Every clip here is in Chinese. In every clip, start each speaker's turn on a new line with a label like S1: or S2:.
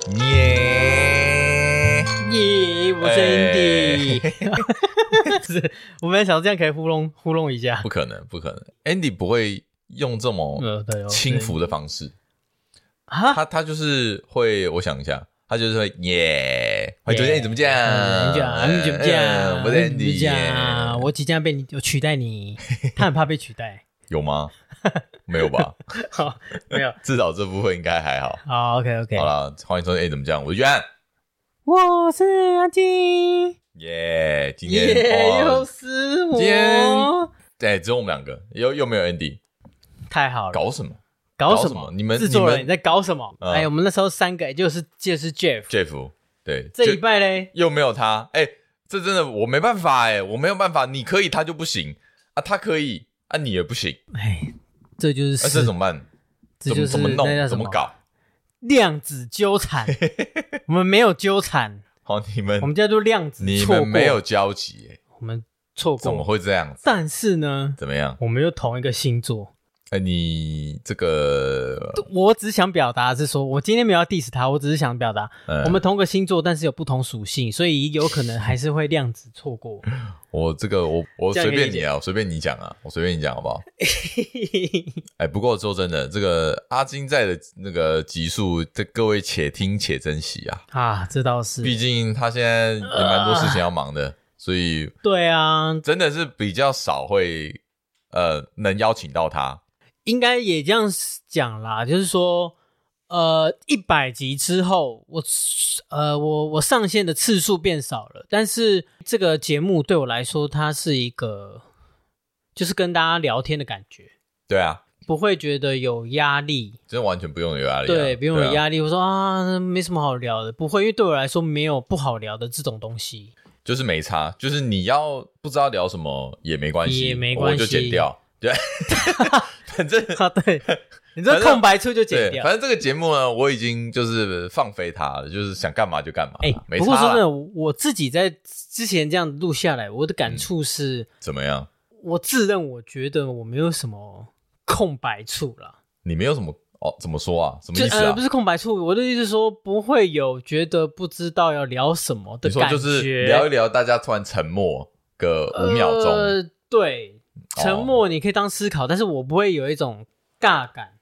S1: 就是我本来想这样可以糊弄糊弄一下
S2: 不，可能，不可能，Andy 不会用这么
S1: 呃对哦
S2: 轻浮的方式，
S1: 啊，
S2: 他他就是会，我想一下，他就是会耶，会昨天哎你怎么这样？
S1: 嗯你讲，你怎么讲？
S2: 嗯我是哎
S1: 你怎么
S2: Andy，耶
S1: 讲？我即将被你我取 代你，他很怕被取代。
S2: 有吗？没有吧？
S1: 好，没有，
S2: 至少这部分应该还 好。
S1: 好，OK OK。
S2: 好啦，欢迎收听。哎，怎么这样？我是约翰，
S1: 我是阿金，
S2: 耶！今天
S1: 耶， 又
S2: 哦，
S1: 是
S2: 今天
S1: 我，
S2: 哎，只有我们两个，又又没有 Andy，
S1: 太好了，
S2: 搞什么
S1: 搞
S2: 搞
S1: 什
S2: 什
S1: 么
S2: 么？你们
S1: 制作
S2: 你
S1: 人
S2: 们
S1: 你在搞什么？
S2: 嗯
S1: 哎，我们那时候三个，也就是就是 Jeff，
S2: ？Jeff，对，
S1: 这
S2: 就
S1: 一拜嘞，
S2: 又没有他，哎、这真的我没办法哎、我没有办法，你可以他就不行啊，他可以啊，你也不行，
S1: 哎，这就是
S2: 那、这怎么办？
S1: 这
S2: 怎
S1: 就
S2: 么
S1: 是
S2: 怎么
S1: 那叫
S2: 弄？
S1: 什
S2: 怎么搞？
S1: 量子 纠缠，我们没有纠缠，
S2: 好，你们
S1: 我们叫做量子
S2: 嗯你
S1: 错过，
S2: 们没有交集、哎，
S1: 我们错
S2: 怎么
S1: 过，
S2: 会这样子？
S1: 但是呢，
S2: 怎么样？
S1: 我们又同一个星座。
S2: 哎、你这个，
S1: 我只想表达的是说，我今天没有要 diss 他，我只是想表达，
S2: 嗯
S1: 我们同个星座，但是有不同属性，所以有可能还是会量子错过。
S2: 嗯我这个我我
S1: 这样
S2: 随
S1: 可以
S2: 便
S1: 理
S2: 你
S1: 解
S2: 啊，我随便你讲啊，我随便你讲好不 好？哎、不过说真的，这个阿金在的那个集数，这各位且听且珍惜啊，
S1: 啊，这倒是
S2: 毕，竟他现在也蛮多事情要忙的，所以
S1: 对啊，
S2: 真的是比较少会呃能邀请到他。
S1: 应该也这样讲啦，就是说，呃，一百集之后，我呃我我上线的次数变少了，但是这个节目对我来说，它是一个就是跟大家聊天的感觉，
S2: 对啊，
S1: 不会觉得有压力，
S2: 真的完全不用有压力、啊，
S1: 对，不用有
S2: 力、
S1: 压力。我说啊，没什么好聊的，不会，因为对我来说没有不好聊的这种 东西。
S2: 就是没差，就是你要不知道聊什么也没关系，
S1: 也没关系
S2: 我就剪掉。 对，反正
S1: 啊，对，你这
S2: 反正
S1: 空白处就剪
S2: 对，
S1: 掉
S2: 反。正这个节目呢，我已经就是放飞他了，就是想干嘛就干嘛，
S1: 哎、
S2: 没
S1: 不过
S2: 差
S1: 说真
S2: 啦。
S1: 的，我自己在之前这样录下来，我的
S2: 嗯
S1: 感触是，
S2: 怎么样？
S1: 我自认我觉得我没有什么空白处啦。你
S2: 你没有什么哦？怎么说啊？什么
S1: 就
S2: 意思
S1: 呃
S2: 啊
S1: 不？是空白处，我的意思是说不会有觉得不知道要聊什么的
S2: 你说
S1: 感觉，
S2: 就是聊一聊，大家突然沉默个五秒钟，哦
S1: 呃对，沉默你可以当思考，但是我不会有一种尬感，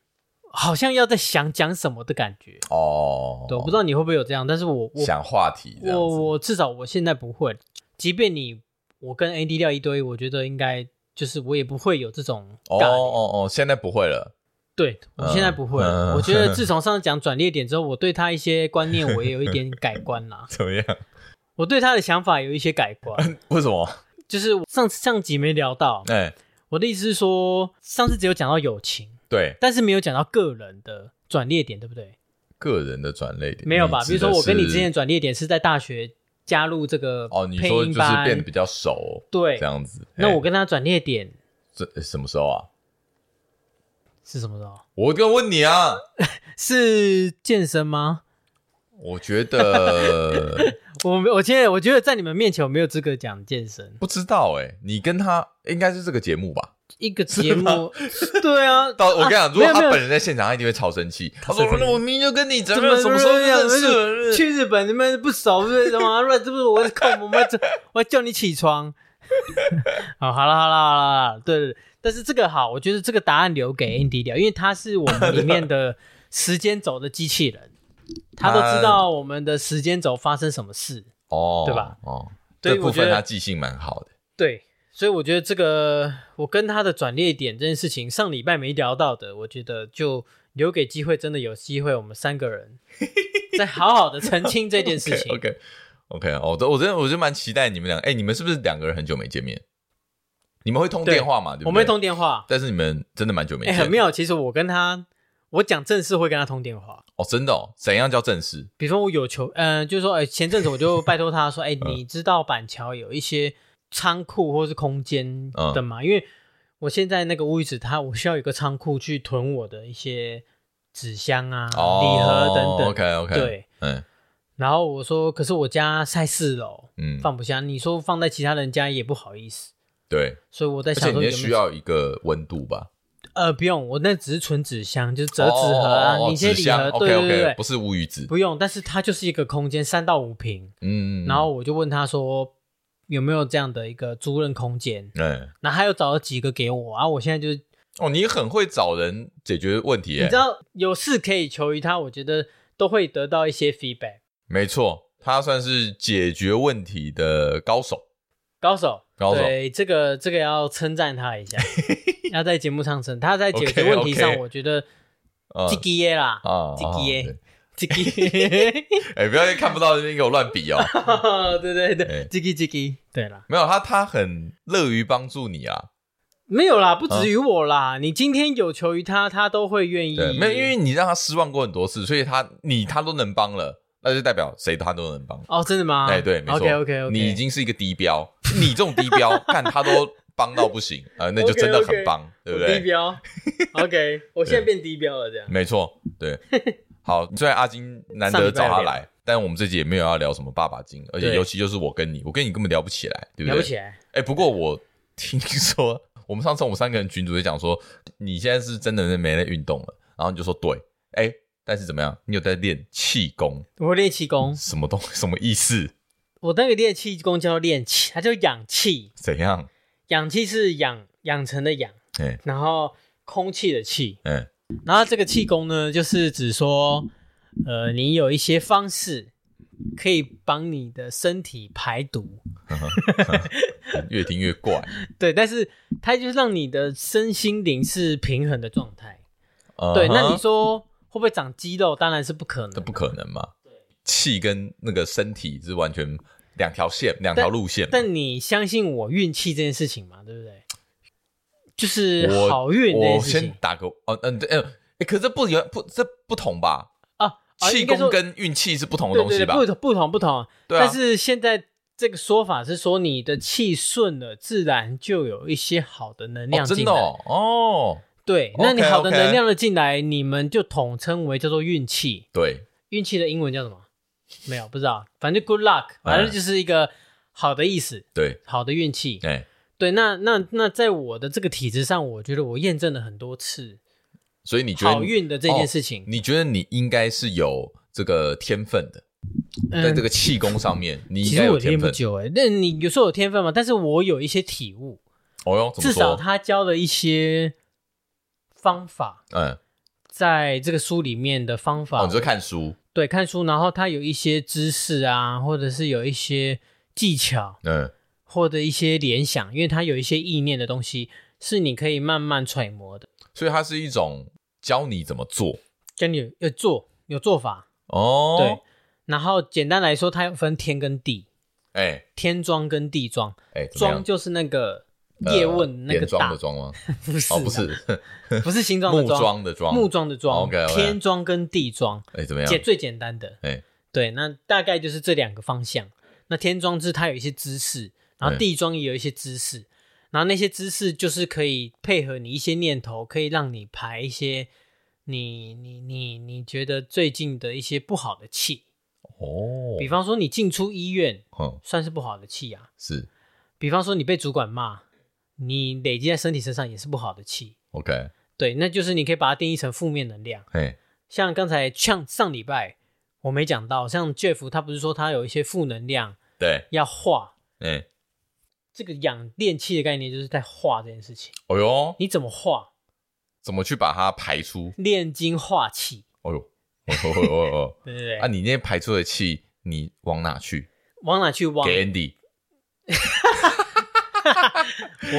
S1: 好像要在想讲什么的感觉。
S2: 哦，
S1: 对，我不知道你会不会有这样，但是我我
S2: 想话题这样
S1: 我
S2: 子。
S1: 我至少我现在不会，即便你我跟 AD 聊一堆，我觉得应该就是我也不会有这种
S2: 哦
S1: 尬聊。
S2: 哦哦，现在不会了。
S1: 对，我现在不会了。
S2: 嗯嗯。
S1: 我觉得自从上次讲转捩点之后，我对他一些观念我也有一点改观啦
S2: 怎么样？
S1: 我对他的想法有一些改观，
S2: 为什么？
S1: 就是上上集没聊到，
S2: 哎、
S1: 我的意思是说，上次只有讲到友情，
S2: 对，
S1: 但是没有讲到个人的转捩点，对不对？
S2: 个人的转类点
S1: 没有吧？
S2: 你
S1: 比如
S2: 指的
S1: 说我跟你之
S2: 是
S1: 前转捩点是在大学加入这个
S2: 哦，你
S1: 配
S2: 说
S1: 音
S2: 就是
S1: 班，
S2: 变得比较熟，
S1: 对
S2: 这。样子。
S1: 那
S2: 哎
S1: 我跟他转捩点
S2: 这什么时候啊？
S1: 是什么时候？
S2: 我刚问你啊，
S1: 是健身吗？
S2: 我觉得
S1: 我没我现在我觉得在你们面前我没有资格讲健身。
S2: 不知道哎、你跟他应该是这个节目吧？
S1: 一个节 目，对啊，
S2: 到我跟你讲，
S1: 啊
S2: 如果
S1: 没
S2: 他
S1: 有
S2: 本人在现场，他一定会超生气。他说
S1: 生：“气
S2: 那我明明就跟你怎
S1: 怎
S2: 么
S1: 么
S2: 什么时候认识
S1: 怎么
S2: 的？
S1: 去日本你们不熟是不 是？怎么乱？这不是我的空，我们这我要叫你起床。 哦好，好了，好了，好了好了，对对。对但是这个好，我觉得这个答案留给 Andy 聊，因为他是我们里面的时间轴的机器人，他都
S2: 呃
S1: 知道我们的时间轴发生什么事。
S2: 哦，
S1: 对吧？
S2: 哦，
S1: 对
S2: 这部
S1: 我觉
S2: 分
S1: 得
S2: 他记性蛮好的。
S1: 对，所以我觉得这个我跟他的转捩点这件事情，上礼拜没聊到的，我觉得就留给机会，真的有机会，我们三 个人再好好的澄清这件事情。
S2: OK OK，我哦都我真的我就蛮期待你们俩。哎、你们是不是两个人很久没见面？你们会通
S1: 对
S2: 电话嘛？对不对？
S1: 我们会，通电话，
S2: 但是你们真的蛮久没
S1: 哎、
S2: 见。
S1: 很妙。其实我跟他，我讲正事会跟他通电话。
S2: 哦，真的哦。怎样叫正式？
S1: 比如说我有求，嗯、就是说，哎、前阵子我就拜托 他说，哎、
S2: 嗯
S1: 你知道板桥有一些仓库或是空间
S2: 嗯
S1: 的吗？因为我现在那个位置，它我需要有个仓库去囤我的一些纸箱啊、
S2: 哦，
S1: 礼盒等等。
S2: OK OK，，
S1: 对，
S2: 嗯
S1: 然后我说，可是我家在四楼，
S2: 嗯，
S1: 放不下。你说放在其他人家也不好意思，
S2: 对，
S1: 所以我在
S2: 而且
S1: 想
S2: 你
S1: 说有
S2: 也
S1: 没有
S2: 需要一个温度吧？
S1: 呃，不用，我那只是纯纸箱，就是折纸盒啊，
S2: 哦哦哦哦
S1: 你一些
S2: 纸
S1: 礼
S2: 箱
S1: 盒，
S2: OK
S1: 对对
S2: OK，
S1: 对对
S2: 不是无语纸。
S1: 不用。但是它就是一个空间，三到五平。
S2: 嗯，
S1: 然后我就问他说，有没有这样的一个租赁空间，
S2: 嗯，
S1: 那他又找了几个给我啊，我现在就是
S2: 哦，你很会找人解决问题、欸，
S1: 你知道有事可以求于他，我觉得都会得到一些 feedback。
S2: 没错，他算是解决问题的高手。
S1: 高手，
S2: 高手
S1: 对这个这个要称赞他 一下，要在节目上称，他在解决问题上
S2: OK，OK
S1: 我觉得
S2: 啊
S1: 这个耶啦，
S2: 啊
S1: 这个
S2: 哎
S1: 耶，这个耶，
S2: 欸不要看不到那边给我乱比哦。
S1: 对对
S2: 哎
S1: 对，这个这个，对啦，
S2: 没有，他他很乐于帮助你啊。
S1: 没有啦，不止于我啦，你今天有求于他，他都会愿意，
S2: 对，没有，因为你让他失望过很多次，所以他你他都能帮了，那就代表谁他都能帮。
S1: 哦，真的吗？
S2: 哎，对，没错
S1: OK OK OK，
S2: 你已经是一个低标，你这种低标，看他都帮到不 行，呃，那就真的很帮，对不
S1: 低
S2: 对？
S1: 标，OK，我现在变低标了，这样
S2: 没错， 对。好，虽然阿金难得找他来，但我们这集也没有要聊什么爸爸经，而且
S1: 对
S2: 尤其就是我跟你，我跟你根本聊不起来，对不
S1: 聊
S2: 对？
S1: 不起来，
S2: 哎、不过我听说，我们上次我们三个人群主在讲说，你现在是真的是没在运动了，然后你就说对，哎、但是怎么样？你有在练气功？
S1: 我练气功，
S2: 什么东？什么意思？
S1: 我那个练气功叫练气，它叫氧气，
S2: 怎样？
S1: 氧气是养养成的氧，
S2: 哎、
S1: 然后空气的气，
S2: 哎、
S1: 然后这个气功呢，就是指说，呃，你有一些方式可以帮你的身体排毒，
S2: 越听越怪。
S1: 对，但是它就是让你的身心灵是平衡的状态。
S2: 嗯
S1: 对，那
S2: 哼
S1: 你说会不会长肌肉？当然是不可
S2: 这
S1: 能
S2: 不。可能嘛？气跟那个身体是完全两条线、两条路线嘛。
S1: 但你相信我运气这件事情嘛？对不对？就是
S2: 我
S1: 好运这件
S2: 我
S1: 事
S2: 先
S1: 情
S2: 打个哦，嗯，对，哎、哎可是这不一样不这不同吧？
S1: 啊，啊
S2: 气
S1: 应该说
S2: 功跟运气是不同的
S1: 对
S2: 东
S1: 对
S2: 西
S1: 对
S2: 吧？
S1: 不同不同不同。
S2: 对啊
S1: 但是现在这个说法是说，你的气顺了，自然就有一些好的能量
S2: 哦、
S1: 进
S2: 真
S1: 来。
S2: 的哦，哦
S1: 对，那你
S2: OK，
S1: 好的
S2: OK
S1: 能量的进来，你们就统称为叫做运气。
S2: 对，
S1: 运气的英文叫什么？没有不知道，反正 good luck，反
S2: 哎
S1: 正就是一个好的意思，
S2: 对，
S1: 好的运气。
S2: 哎、
S1: 对，那那那在我的这个体质上，我觉得我验证了很多次
S2: 所以你觉得哦
S1: 好运的这件事情。
S2: 你觉得你应该是有这个天分的，在
S1: 嗯
S2: 这，个气功上面，你
S1: 其
S2: 应该
S1: 实
S2: 有
S1: 我
S2: 天
S1: 练不
S2: 分。
S1: 久哎、欸，那你有说有天分嘛？但是我有一些体悟，
S2: 哦哟，怎
S1: 至
S2: 么
S1: 少
S2: 说？
S1: 他教的一些方法，
S2: 嗯，
S1: 在这个书里面的方法，
S2: 哦，你就看书，
S1: 对，看书，然后他有一些知识啊，或者是有一些技巧，
S2: 嗯，
S1: 或者一些联想，因为他有一些意念的东西是你可以慢慢揣摩的，
S2: 所以它是一种教你怎么做。
S1: 跟你要做有做法，
S2: 哦，
S1: 对。，然后简单来说，它有分天跟地，
S2: 哎
S1: 天庄跟地庄，
S2: 哎，怎么
S1: 庄
S2: 样
S1: 就是那个
S2: 呃
S1: 叶问那个
S2: 连装
S1: 大
S2: 的，装 吗？
S1: 不是
S2: 哦，
S1: 啊
S2: 不是，
S1: 不是新庄的
S2: 木
S1: 庄，
S2: 桩的桩，
S1: 木桩的桩
S2: OK，OK
S1: 天庄跟地庄，
S2: 哎，怎么样
S1: 简？最简单的，
S2: 哎
S1: 对，那大概就是这两个方向。那天庄是它有一些知识，然后
S2: 嗯
S1: 地庄也有一些知识，然后那些知识就是可以配合你一些念头，可以让你排一些你你你你觉得最近的一些不好的气，
S2: 哦，
S1: 比方说你进出医院
S2: 嗯，
S1: 算是不好的气啊，
S2: 是
S1: 比方说你被主管骂，你累积在身体身上也是不好的气，
S2: OK，
S1: 对，那就是你可以把它定义成负面能量。
S2: 哎，
S1: 像刚才像上礼拜我没讲到，像 Jeff 他不是说他有一些负能量
S2: 对，
S1: 要化，
S2: 哎，
S1: 这个养练气的概念就是在化这件事情，
S2: 哦哟，
S1: 你怎么化？
S2: 怎么去把它排出？
S1: 炼精化气，
S2: 哦哟，哦哦哦哦
S1: 对不对？
S2: 哦，啊，你那些排出的气，你往哪去？
S1: 往哪去往？
S2: 给 Andy。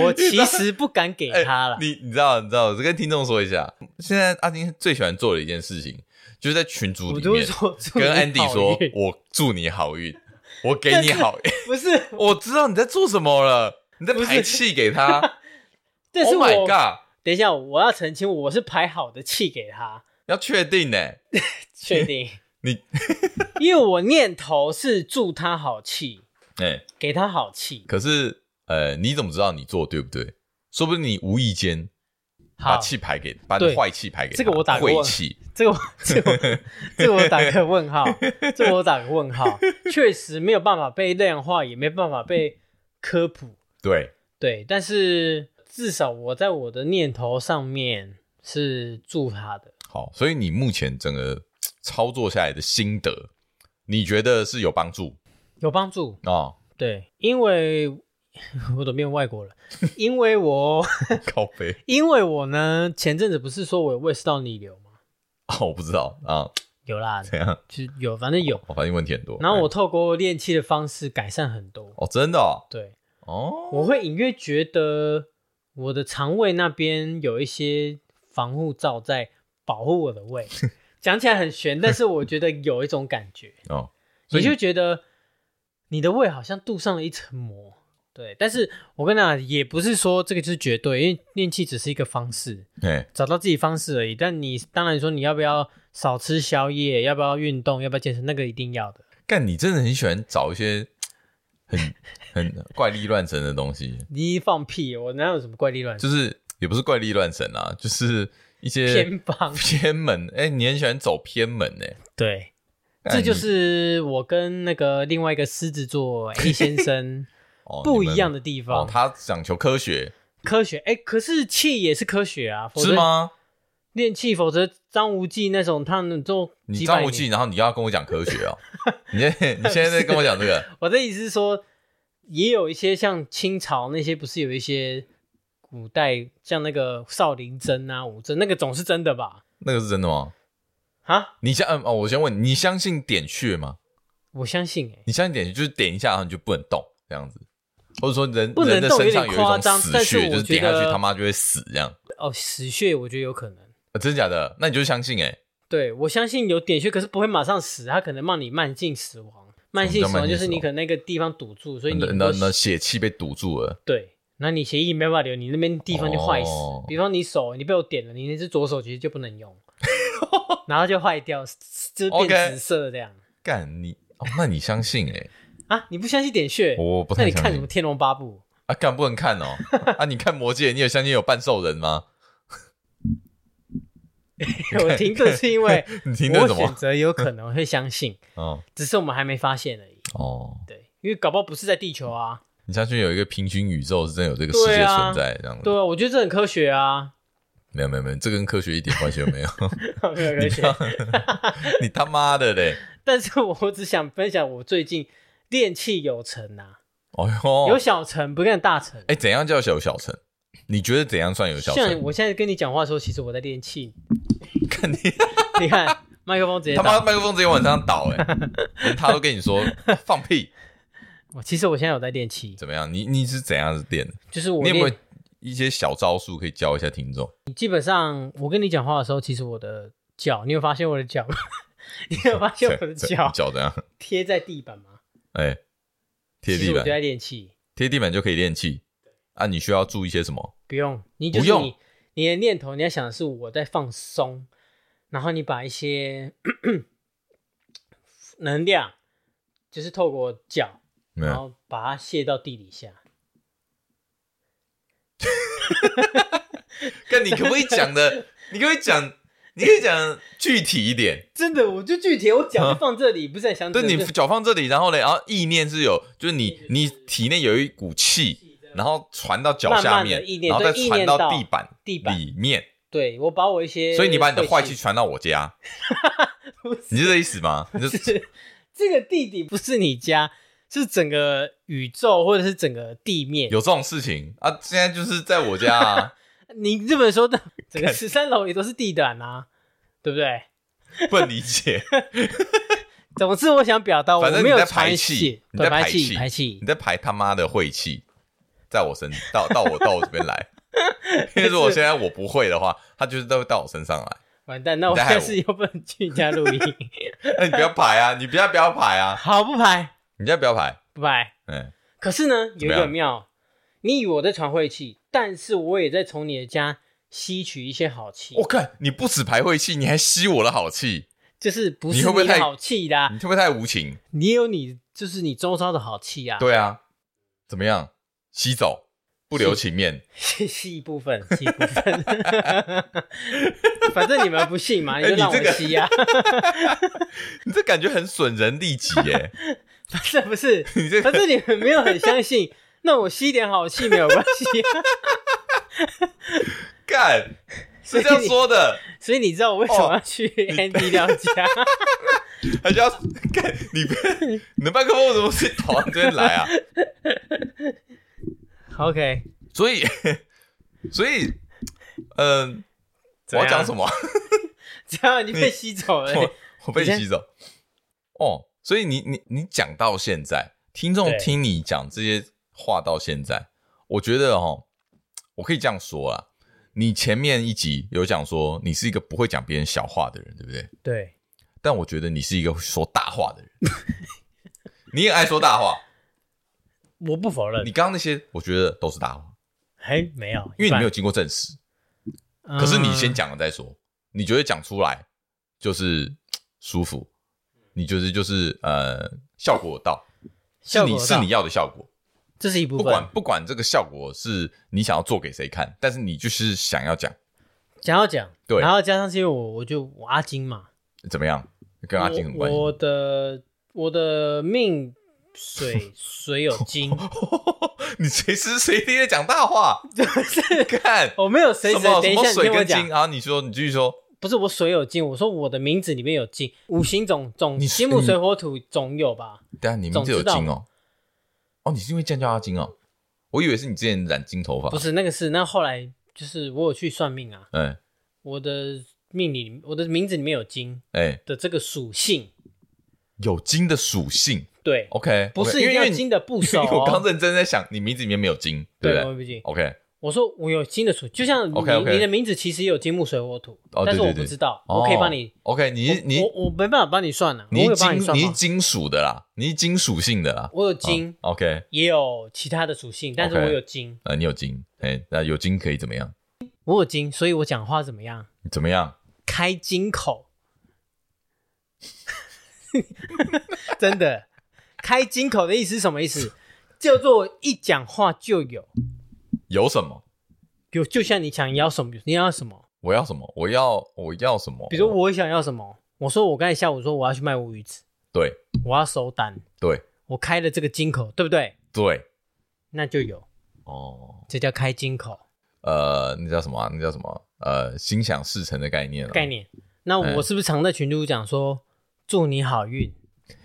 S1: 我其实不敢给他 了
S2: 哎，你你知道你知道，我跟听众说一下，现在阿金最喜欢做的一件事情，就是在群组
S1: 我
S2: 里
S1: 就会
S2: 面
S1: 说祝你
S2: 跟
S1: 好
S2: Andy 说
S1: 运：“
S2: 我祝你好运，我给你好运。
S1: 不是，”
S2: 我知道你在做什么了，你在
S1: 不是
S2: 排气给 他。
S1: 但是
S2: Oh
S1: 我、
S2: my god！
S1: 等一下我要澄清，我是排好的气给他，
S2: 要确定呢、
S1: 确定？
S2: 你
S1: 因为我念头是祝他好气，
S2: 哎、
S1: 给他好气，
S2: 可是呃，你怎么知道你做对不对？说不定你无意间把
S1: 好
S2: 气排给，把
S1: 对
S2: 坏气排给他
S1: 这个我打个问
S2: 晦气，
S1: 这个我 这个我这个我打个问号，这个我打个 问号，确实没有办法被量化，也没办法被科普，
S2: 对，
S1: 对，但是至少我在我的念头上面是祝他的，
S2: 好，所以你目前整个操作下来的心得，你觉得是有帮助
S1: 有帮助，
S2: 哦？
S1: 对，因为我怎么变外 国人？因为我
S2: 靠背
S1: 因为我呢，前阵子不是说我有胃食道逆流吗？
S2: 啊，我不知道啊，
S1: 有啦，
S2: 怎样？
S1: 就是有，反正有。
S2: 我反应问题很多。哎
S1: 然后我透过练气的方式改善很多。
S2: 哦，真的哦，
S1: 对，
S2: 哦
S1: 我会隐约觉得我的肠胃那边有一些防护罩在保护我的胃。讲起来很悬，但是我觉得有一种感觉，
S2: 哦，所
S1: 你
S2: 以
S1: 就觉得你的胃好像镀上了一层膜。对，但是我跟你讲，也不是说这个就是绝对，因为练气只是一个方式，
S2: 哎，
S1: 找到自己方式而已。但你当然说你要不要少吃宵夜，要不要运动，要不要健身，那个一定要的。
S2: 干，你真的很喜欢找一些很很怪力乱神的东西，
S1: 你放屁，我哪有什么怪力乱神？
S2: 就是也不是怪力乱神啊，就是一些
S1: 偏 方
S2: 偏门。哎、你很喜欢走偏门哎、
S1: 对，
S2: 干
S1: 这就
S2: 哎你
S1: 是我跟那个另外一个狮 子座 A 先生
S2: 哦
S1: 不
S2: 你们
S1: 一样的地方。
S2: 哦，他讲求科学
S1: 科学，哎，可是气也是科学啊，否则
S2: 是？吗？
S1: 练气，否则张无忌那种他们做
S2: 你
S1: 几
S2: 张
S1: 百
S2: 无
S1: 年
S2: 忌，，然后你要跟我讲科学哦，你现在你现在在跟我讲这个，
S1: 我的意思是说，也有一些像清朝那些，不是有一些古代像那个少林针啊、武针，那个总是真的吧？
S2: 那个是真的吗？
S1: 啊，
S2: 你相嗯哦，我先问你，你相信点穴吗？
S1: 我相信、欸，
S2: 你相信点穴就是点一下，然后你就不能动这样子，或者说人
S1: 不能
S2: 人的
S1: 动
S2: 身
S1: 有点
S2: 上有一
S1: 夸
S2: 种
S1: 张
S2: 死
S1: 但是
S2: 穴，
S1: 我
S2: 就是
S1: 觉
S2: 点下去
S1: 得
S2: 他妈就会死这样，
S1: 哦，死穴我觉得有可能。
S2: 呃真的假的？那你就相信哎、
S1: 对，我相信有点穴，可是不会马上死，它可能让你慢性死亡。慢性死
S2: 什么叫慢
S1: 亡
S2: 性
S1: 就
S2: 死
S1: 是
S2: 亡
S1: 你可能那个地方堵住，所以你
S2: 那
S1: 很
S2: 那
S1: 多
S2: 那血气被堵住了，
S1: 对，那你血液没办法流，你那边地方就坏死。
S2: 哦
S1: 比方你手，你被我点了，你那只左手其实就不能用， 然后就坏掉，就是变
S2: OK
S1: 紫色这样
S2: 干你哦，那你相信哎、
S1: 啊！你不相信点穴？
S2: 我不
S1: 那
S2: 太
S1: 你
S2: 相
S1: 看什么
S2: 信
S1: 《天龙八部
S2: 啊，干不能看哦啊，你看魔戒，你有相信有半兽人 吗？》？
S1: 我停顿是因为
S2: 你听得
S1: 我
S2: 什
S1: 选
S2: 么？
S1: 择有可能会相信，
S2: 哦
S1: 只是我们还没发现而已。
S2: 哦，
S1: 对，因为搞不好不是在地球啊。
S2: 你相信有一个平行宇宙是真的有这个世界
S1: 对啊
S2: 存在这样子？
S1: 对啊，我觉得这很科学啊，
S2: 没有没有没有，这跟科学一点关系都没有。
S1: 没有
S2: 你
S1: 科
S2: 不
S1: 学。
S2: 要 你他妈的嘞！
S1: 但是我只想分享我最近练气有成啊，
S2: 哦
S1: 有
S2: 哟，
S1: 小成不干大成。
S2: 哎，怎样叫有小成？你觉得怎样算有小
S1: 像
S2: 成？
S1: 我现在跟你讲话的时候，其实我在练气。
S2: 看你
S1: 你看麦克风直接
S2: 他妈
S1: 打。
S2: 麦克风直接往上倒 哎，连他都跟你说放屁，
S1: 我其实我现在有在练气，
S2: 怎么样？你你是怎样子练的？
S1: 就是我
S2: 你有没有
S1: 练。
S2: 一些小招数可以教一下听众？
S1: 基本上我跟你讲话的时候，其实我的脚，你有发现我的脚？吗？ 你有 发现我的
S2: 怎
S1: 脚
S2: 脚怎样？
S1: 贴在地板吗？
S2: 哎，贴地
S1: 其实我就在
S2: 板，
S1: 练气，
S2: 贴地板就可以练气啊？你需要注意些什么？
S1: 不用，你就是
S2: 不用
S1: 你，你的念头你要想的是我在放松，然后你把一些 能量，就是透过脚
S2: 没
S1: 然
S2: 有，
S1: 后把它卸到地底下。
S2: 但你可不可以讲的？你可不可以讲？你可以讲具体一点。
S1: 真的，我就具体，我脚就放这里，不是很想
S2: 对，嗯
S1: 讲
S2: 你
S1: 就
S2: 脚放这里，然后呢，然后意念是有，就是你你体内有一股气，然后传到脚下面
S1: 慢慢地意，念
S2: 然后再
S1: 对
S2: 传
S1: 意念到
S2: 地板
S1: 地板
S2: 里面，
S1: 对我把我一些，
S2: 所以你把你的坏气，传到我家，
S1: 不是
S2: 你是这意思吗？你就
S1: 这个地底不是你家，是整个宇宙或者是整个地面。
S2: 有这种事情啊？现在就是在我家啊，
S1: 你日本说的整个十三楼也都是地毯啊，对不对？
S2: 不能理解，
S1: 总之，我想表达，我
S2: 反正
S1: 没
S2: 你
S1: 有
S2: 在
S1: 传
S2: 排
S1: 血
S2: 气，，你
S1: 对
S2: 在
S1: 排
S2: 气，
S1: 排气
S2: 你。在排他妈的晦气，在我身到到我到我这边来，因为如果现在我不会的话，他就是都会到我身上来。
S1: 完蛋，那我
S2: 你在害
S1: 下
S2: 我
S1: 次又不能去你家录音，
S2: 那 你不要排啊，你不要不要排啊，
S1: 好不排
S2: 你现在不要排，
S1: 不排。
S2: 嗯。
S1: 可是呢，有一
S2: 么
S1: 个
S2: 样
S1: 妙，你以为我在传晦气，但是我也在从你的家吸取一些好气，
S2: 我看你不止排晦气，你还吸我的好气，
S1: 就是不
S2: 你
S1: 是
S2: 会不会
S1: 你的
S2: 太
S1: 好气啦，
S2: 你会不会太无情？
S1: 你也有你就是你周遭的好 气啊，
S2: 对啊，怎么样？吸走，不留情面。
S1: 对，吸一部分，吸一部分， 反正你们不信嘛，你就
S2: 哎你
S1: 让我
S2: 这个
S1: 吸啊，
S2: 你这感觉很损人利己 耶！
S1: 不是不是，
S2: 你这
S1: 反
S2: 个
S1: 正你们没有很相信，那我吸一点好气没有关系啊、
S2: 干是
S1: 以
S2: 这样说的，
S1: 哦所以你知道我为什么要去 Andy 廖家？
S2: 他就要 干你不，你的麦克风怎么是跑到这边来啊？
S1: OK，
S2: 所以， 所以，嗯、
S1: 怎
S2: 我
S1: 样
S2: 要讲什么啊？
S1: 这样你被吸走了。
S2: 我 我被
S1: 你先
S2: 吸走。哦，所以你你你讲到现在，听众
S1: 对
S2: 听你讲这些话到现在，我觉得哦，我可以这样说啦。你前面一集有讲说你是一个不会讲别人小话的人，对不对？
S1: 对，
S2: 但我觉得你是一个会说大话 的人，你也爱说大话。
S1: 我不否认
S2: 你，刚刚那些，我觉得都是大话，
S1: 还没有，
S2: 因为
S1: 一
S2: 你
S1: 半
S2: 没有，经过证实。可是你先
S1: 嗯，
S2: 讲了再说，你觉得讲出来就是舒服，你觉得就是呃效果有到，是
S1: 效果
S2: 你
S1: 有
S2: 是
S1: 到
S2: 你要的效果，
S1: 这是一部
S2: 不
S1: 分。
S2: 管不管这个效果是你想要做给谁看，但是你就是想要讲
S1: 想要讲，
S2: 对
S1: 然后加上是因为我我就我阿金嘛，
S2: 怎么样，跟阿金很关系
S1: 我。我的我的命 水水有金，
S2: 哦你随时随地的讲大 话，看
S1: 我哦没有谁
S2: 什
S1: 谁，
S2: 么什
S1: 等一
S2: 么
S1: 下你
S2: 水
S1: 听我
S2: 跟金
S1: 讲，
S2: 啊？你说你继续说，
S1: 不是我水有金，我说我的名字里面有金，五行总总
S2: 你
S1: 金木
S2: 你
S1: 水火土总有吧？
S2: 等一下你名字有
S1: 总知道
S2: 金哦，哦，你是因为这样叫阿金哦，我以为是你之前染金头发，
S1: 不是那个是那后来就是我有去算命啊，
S2: 哎
S1: 我的命里我的名字里面有金
S2: 哎，
S1: 的这个属性，
S2: 有金的属性。
S1: 对，
S2: 哦 OK，
S1: 不是一
S2: 因
S1: 定
S2: 为
S1: 要
S2: 因为
S1: 金
S2: 你
S1: 的部 首、
S2: 因为我刚
S1: 哦。
S2: 认真在想，你名字里面没有金，对
S1: 对，
S2: 不
S1: 我
S2: 对
S1: 不金。
S2: ？OK，
S1: 我说我有金的属，就像你
S2: OK，OK
S1: 你的名字其实有金木水火土，
S2: 哦对
S1: 但是我
S2: 对对
S1: 不知道，
S2: 哦
S1: 我可以帮你。
S2: OK，你是你
S1: 我我没办法帮你算了、我
S2: 你
S1: 有
S2: 是
S1: 帮
S2: 金
S1: 算
S2: 你是
S1: 吗？
S2: 金属的啦，你是金属性的啦。
S1: 我有金，
S2: 啊 OK，
S1: 也有其他的属性，但是
S2: OK
S1: 我有金，
S2: 呃，你有金，哎，那有金可以怎么样？
S1: 我有金，所以我讲话怎么样？
S2: 怎么样？
S1: 开金口， 真的，开金口的意思是什么意思？叫做一讲话就有，
S2: 有什么？
S1: 有就像你想要什么，你要什么，
S2: 我要什么？我要我要什么？
S1: 比如我想要什么，我说我刚才下午说我要去卖乌鱼子，
S2: 对
S1: 我要收单，
S2: 对
S1: 我开了这个金口，对不对？
S2: 对，
S1: 那就有，
S2: 哦，
S1: 这叫开金口
S2: 呃，那叫什么啊？那叫什么？呃，心想事成的概念啊
S1: 概。念。那
S2: 哎
S1: 我是不是常在群主讲说祝你好运？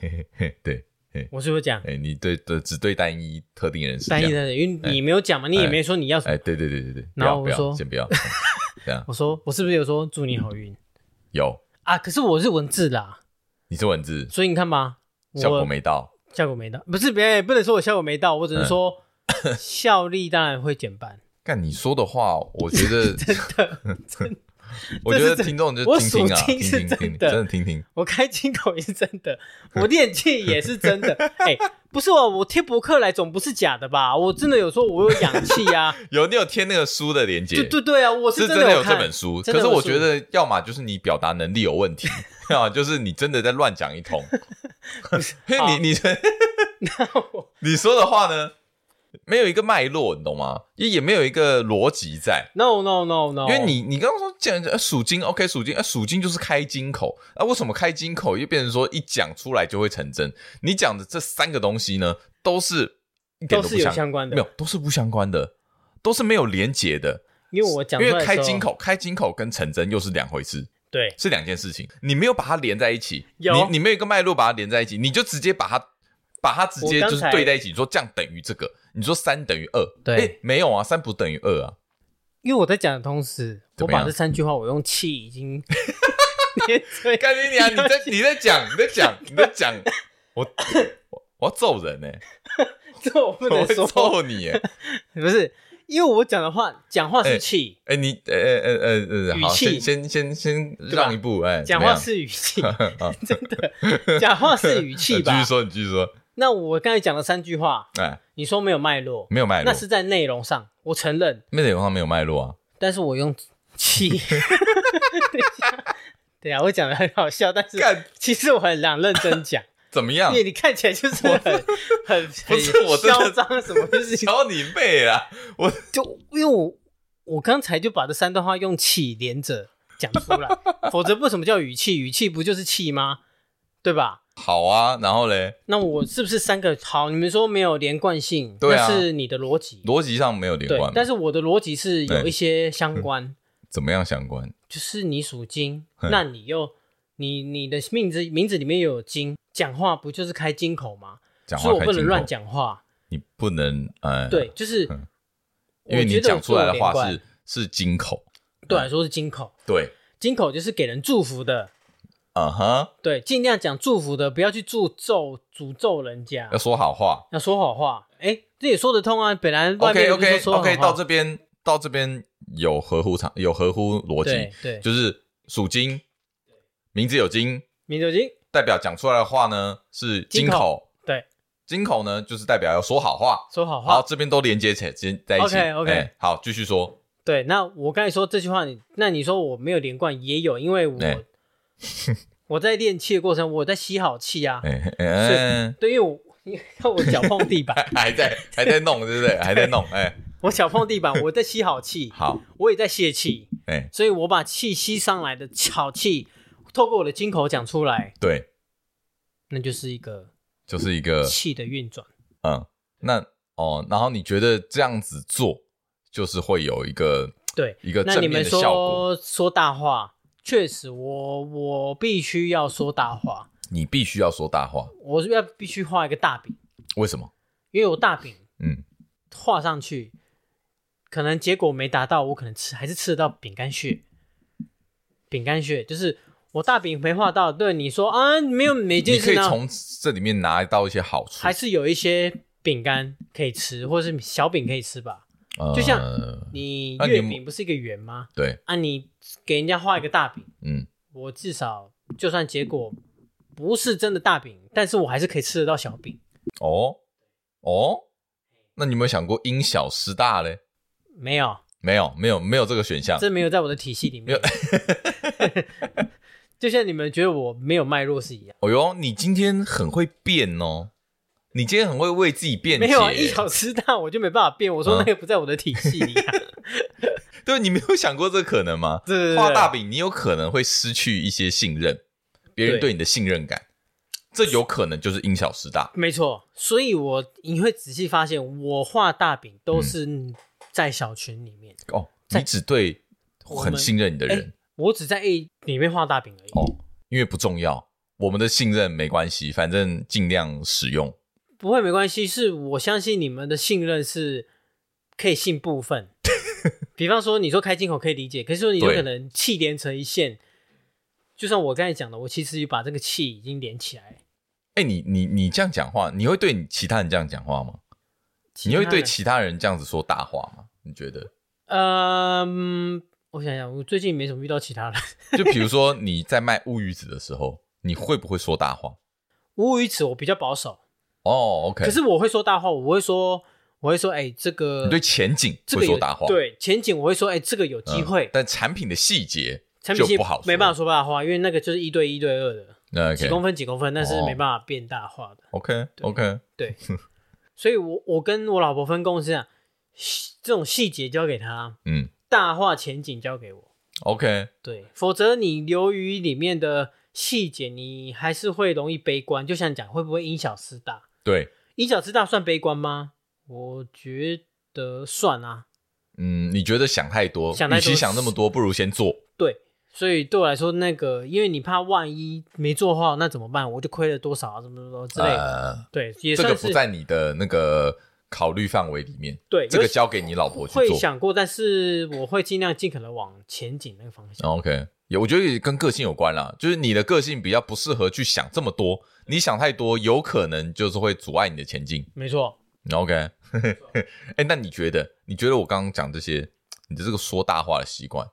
S2: 嘿嘿嘿，对，
S1: 我是不是讲
S2: 哎，你对对只对单一特定人是这
S1: 单
S2: 样
S1: 一的？因为你没有讲嘛，你也没说你要什么。
S2: 哎，对对对对对，
S1: 然后
S2: 不要
S1: 我
S2: 不要，
S1: 说
S2: 先不要，这样
S1: 我说我是不是有说祝你好运
S2: 有。
S1: 啊？可是我是文字啦，
S2: 你是文字，
S1: 所以你看吧，我
S2: 效果没嗯到，
S1: 效果没到，不是别人也不能说我效果没到，我只是说 效力当然会减半。
S2: 干你说的话，我觉得，
S1: 真的，
S2: 我觉得听众就
S1: 我
S2: 听听啊，
S1: 属
S2: 听
S1: 金是
S2: 听听，听
S1: 真的
S2: 真的听听。
S1: 我开金口也是真的，我练气也是真的。哎、不是哦，我贴博客来总不是假的吧？我真的有说我有氧气 啊，
S2: 有你有贴那个书的连接
S1: 对，对对啊，我
S2: 是
S1: 真
S2: 真的有
S1: 有看
S2: 这本书，
S1: 真
S2: 可
S1: 的
S2: 是
S1: 有
S2: 我
S1: 书
S2: 觉得，要么就是你表达能力有问 题，要么就是你真的在乱讲一通。因为
S1: 好
S2: 你你 你说的话呢，没有一个脉络，你懂吗？也也没有一个逻辑在。
S1: No no no
S2: 因
S1: no，
S2: 为你你刚刚说讲呃属金，OK 属金，呃属金就是开金口啊，为什么开金口又变成说一讲出来就会成真？你讲的这三个东西呢，都是一点都
S1: 都是
S2: 不
S1: 有
S2: 相
S1: 相关
S2: 没有
S1: 的，，
S2: 都是不相关的，都是没有连结的。
S1: 因为我讲
S2: 因
S1: 出来的
S2: 为
S1: 时候
S2: 开金口，开金口跟成真又是两回事，
S1: 对
S2: 是两件事情。你没有把它连在一起，你
S1: 有
S2: 你没有一个脉络把它连在一起，你就直接把它把它直接
S1: 我刚
S2: 就是
S1: 才
S2: 对在一起，你说这样等于这个，你说三等于二，
S1: 对
S2: 诶没有啊，三不等于二啊。
S1: 因为我在讲的同时，
S2: 怎
S1: 我
S2: 么样
S1: 把这三句话我用气 已经连嘴，
S2: 干你娘！你在你在讲，你在讲，你在讲，我我我要揍人呢、欸
S1: 这我不
S2: 我
S1: 能
S2: 会
S1: 说，
S2: 揍你、欸！
S1: 不是因为我讲的话，讲话
S2: 哎
S1: 是气，
S2: 哎、你呃呃呃呃，
S1: 语
S2: 好，先
S1: 气
S2: 先先先
S1: 吧
S2: 让一步，哎、
S1: 讲
S2: 怎么
S1: 话
S2: 样
S1: 是语气，
S2: 啊
S1: 真的，讲话是语 气
S2: 呃继
S1: 吧
S2: 续？说，你继续说，
S1: 那我刚才讲了三句话，
S2: 哎、
S1: 你说没有脉络，
S2: 没有脉络，
S1: 那是在内容上，我承认，
S2: 内容上没有脉络啊。
S1: 但是我用 气。等一下对啊，我讲的很好笑，但是
S2: 干
S1: 其实我很想认 真讲，
S2: 怎么样
S1: 因？为你看起来就是很很
S2: 不
S1: 很
S2: 是我真的
S1: 嚣张什么，就是
S2: 瞧你妹啊！
S1: 就因为我我刚才就把这三段话用气连着讲出来，否则为什么叫语气？语气不就是气吗？对吧？
S2: 好啊，然后嘞，
S1: 那我是不是三个好？你们说没有连贯性，
S2: 对啊
S1: 那是你的逻辑，
S2: 逻辑上没有连
S1: 对
S2: 贯。嘛，嗯
S1: 但是我的逻辑是有一些相关，
S2: 怎么样相关？
S1: 就是你属金，
S2: 嗯
S1: 那你又你你的名字名字里面有金，讲话不就是开金口吗？
S2: 讲
S1: 所以
S2: 话
S1: 我
S2: 开
S1: 不
S2: 金口，
S1: 能乱讲话。
S2: 你不能呃，
S1: 对，，就是
S2: 嗯因为
S1: 我
S2: 你
S1: 觉得
S2: 讲
S1: 我
S2: 出来的
S1: 做
S2: 话
S1: 得有
S2: 是嗯
S1: 点
S2: 是金口，
S1: 怪对我来说是金口，
S2: 对，
S1: 金口就是给人祝福的，
S2: 嗯哼，
S1: 对，尽量讲祝福的，不要去诅咒诅咒人家
S2: 要，说好话。
S1: 要说好话。哎，这也说得通啊。本来外
S2: OK
S1: 面不是
S2: OK
S1: 说说好
S2: OK，
S1: 话
S2: 到这边到这边有合乎常有合乎逻
S1: 对
S2: 辑，
S1: 对，
S2: 就是属金，名字有金，
S1: 名字有金，
S2: 代表讲出来的话呢是金
S1: 金口
S2: 口，
S1: 对，
S2: 金口呢就是代表要说好话。
S1: 说好
S2: 好，
S1: 话。
S2: 这边都连接起来，接在一起。
S1: OK，OK
S2: 哎好，继续说。
S1: 对，那我刚才说这句话，你那你说我没有连贯也有，因为我
S2: 哎
S1: 我在练气的过程，我在吸好气啊。
S2: 哎哎，
S1: 对，因为我 你看我脚碰地板，
S2: 还在还在弄，对不 对？还在弄。哎，
S1: 我脚碰地板，我在吸好气，
S2: 好，
S1: 我也在泄气，
S2: 哎，
S1: 所以我把气吸上来的好气，透过我的金口讲出来，
S2: 对，
S1: 那就是一个
S2: 就是一个
S1: 气的运转。
S2: 嗯，那哦，然后你觉得这样子做就是会有一个
S1: 对，
S2: 一个
S1: 那
S2: 正
S1: 你
S2: 面
S1: 们
S2: 的效果，
S1: 说说大话，确实我我必须要说大话，
S2: 你必须要说大话。
S1: 我是要必须画一个大饼，
S2: 为什么？
S1: 因为我大饼
S2: 嗯，
S1: 画上去，可能结果没达到，我可能吃还是吃得到饼干屑。饼干屑就是我大饼没画到，对你说啊，没有每
S2: 你
S1: 件
S2: 可
S1: 事
S2: 以
S1: 呢，
S2: 从这里面拿到一些好处
S1: 还，是有一些饼干可以吃，或是小饼可以吃吧。
S2: 呃
S1: 就像你
S2: 啊你
S1: 月饼不是一个圆吗？
S2: 对，
S1: 啊，你给人家画一个大饼，
S2: 嗯，
S1: 我至少就算结果不是真的大饼，但是我还是可以吃得到小饼。
S2: 哦哦，那你有没有想过因小失大嘞？
S1: 没有，
S2: 没有，没有，没有这个选项。
S1: 这没有在我的体系里面。 就像你们觉得我没有脉络是一样，
S2: 哦哟，你今天很会辩哦，你今天很会嗯为自己辩解。
S1: 没有啊，一小时大我就没办法变。我说那个不在我的体系里、 啊。
S2: 对，你没有想过这可能吗？
S1: 对对对
S2: 画大饼，你有可能会失去一些信任，别人
S1: 对
S2: 对你的信任感，这有可能就是因小失大。
S1: 没错，所以我你会仔细发现，我画大饼
S2: 嗯
S1: 都是在小群里面，
S2: 哦，
S1: 在
S2: 你只对
S1: 我
S2: 很
S1: 们
S2: 信任你的人
S1: 我只在 A 里面画大饼而已。
S2: 哦，因为不重要，我们的信任没关系，反正尽量使用。
S1: 不会没关系，是我相信你们的信任是可以信 部分。比方说，你说开金口可以理解，可是说你有
S2: 对
S1: 可能气连成一线，就像我刚才讲的，我其实把这个气已经连起来。
S2: 哎，你你你这样讲话，你会对你其他人这样讲话吗？你会对
S1: 其
S2: 其他人这样子说大话吗？你觉得？
S1: 他人嗯，我想想，我最近没什么遇到其他人。
S2: 就比如说你在卖乌鱼子的时候，你会不会说大话？
S1: 无语此我比较保守，
S2: 哦，OK，
S1: 可是我会说大话，我会说，我会说，哎、这个
S2: 你对前景
S1: 这
S2: 会
S1: 个有
S2: 说大话，
S1: 对前景我会说，哎、这个有机会
S2: 嗯，但产品的细节
S1: 产
S2: 就
S1: 品线
S2: 不好说，
S1: 没办法说大话，因为那个就是一对一对二的。
S2: 那
S1: 几公分几公分，但是
S2: 哦
S1: 没办法变大化的。
S2: OK OK，
S1: 对，所以我我跟我老婆分工是这样，细这种细节交给她，
S2: 嗯
S1: 大化前景交给我。
S2: OK，
S1: 对，否则你流于里面的细节，你还是会容易悲观。就像你讲，会不会因小失大？
S2: 对，
S1: 因小失大算悲观吗？我觉得算啊。
S2: 嗯，你觉得想太多，
S1: 想太
S2: 与
S1: 多
S2: 其想那么多，不如先做。
S1: 对，所以对我来说，那个因为你怕万一没做好，那怎么办？我就亏了多少啊，怎么怎么之类的。
S2: 呃，
S1: 对，也
S2: 这
S1: 算
S2: 个
S1: 是
S2: 不在你的那个考虑范围里面，
S1: 对
S2: 这个
S1: 有
S2: 交给你老婆去
S1: 会
S2: 做。
S1: 想过，但是我会尽量尽可能往前景那个方向。
S2: OK，也我觉得也跟个性有关啦，就是你的个性比较不适合去想这么多，你想太多，有可能就是会阻碍你的前进。
S1: 没错，
S2: OK，哎、 那你觉得？你觉得我刚刚讲这些，你的这个说大话的习惯，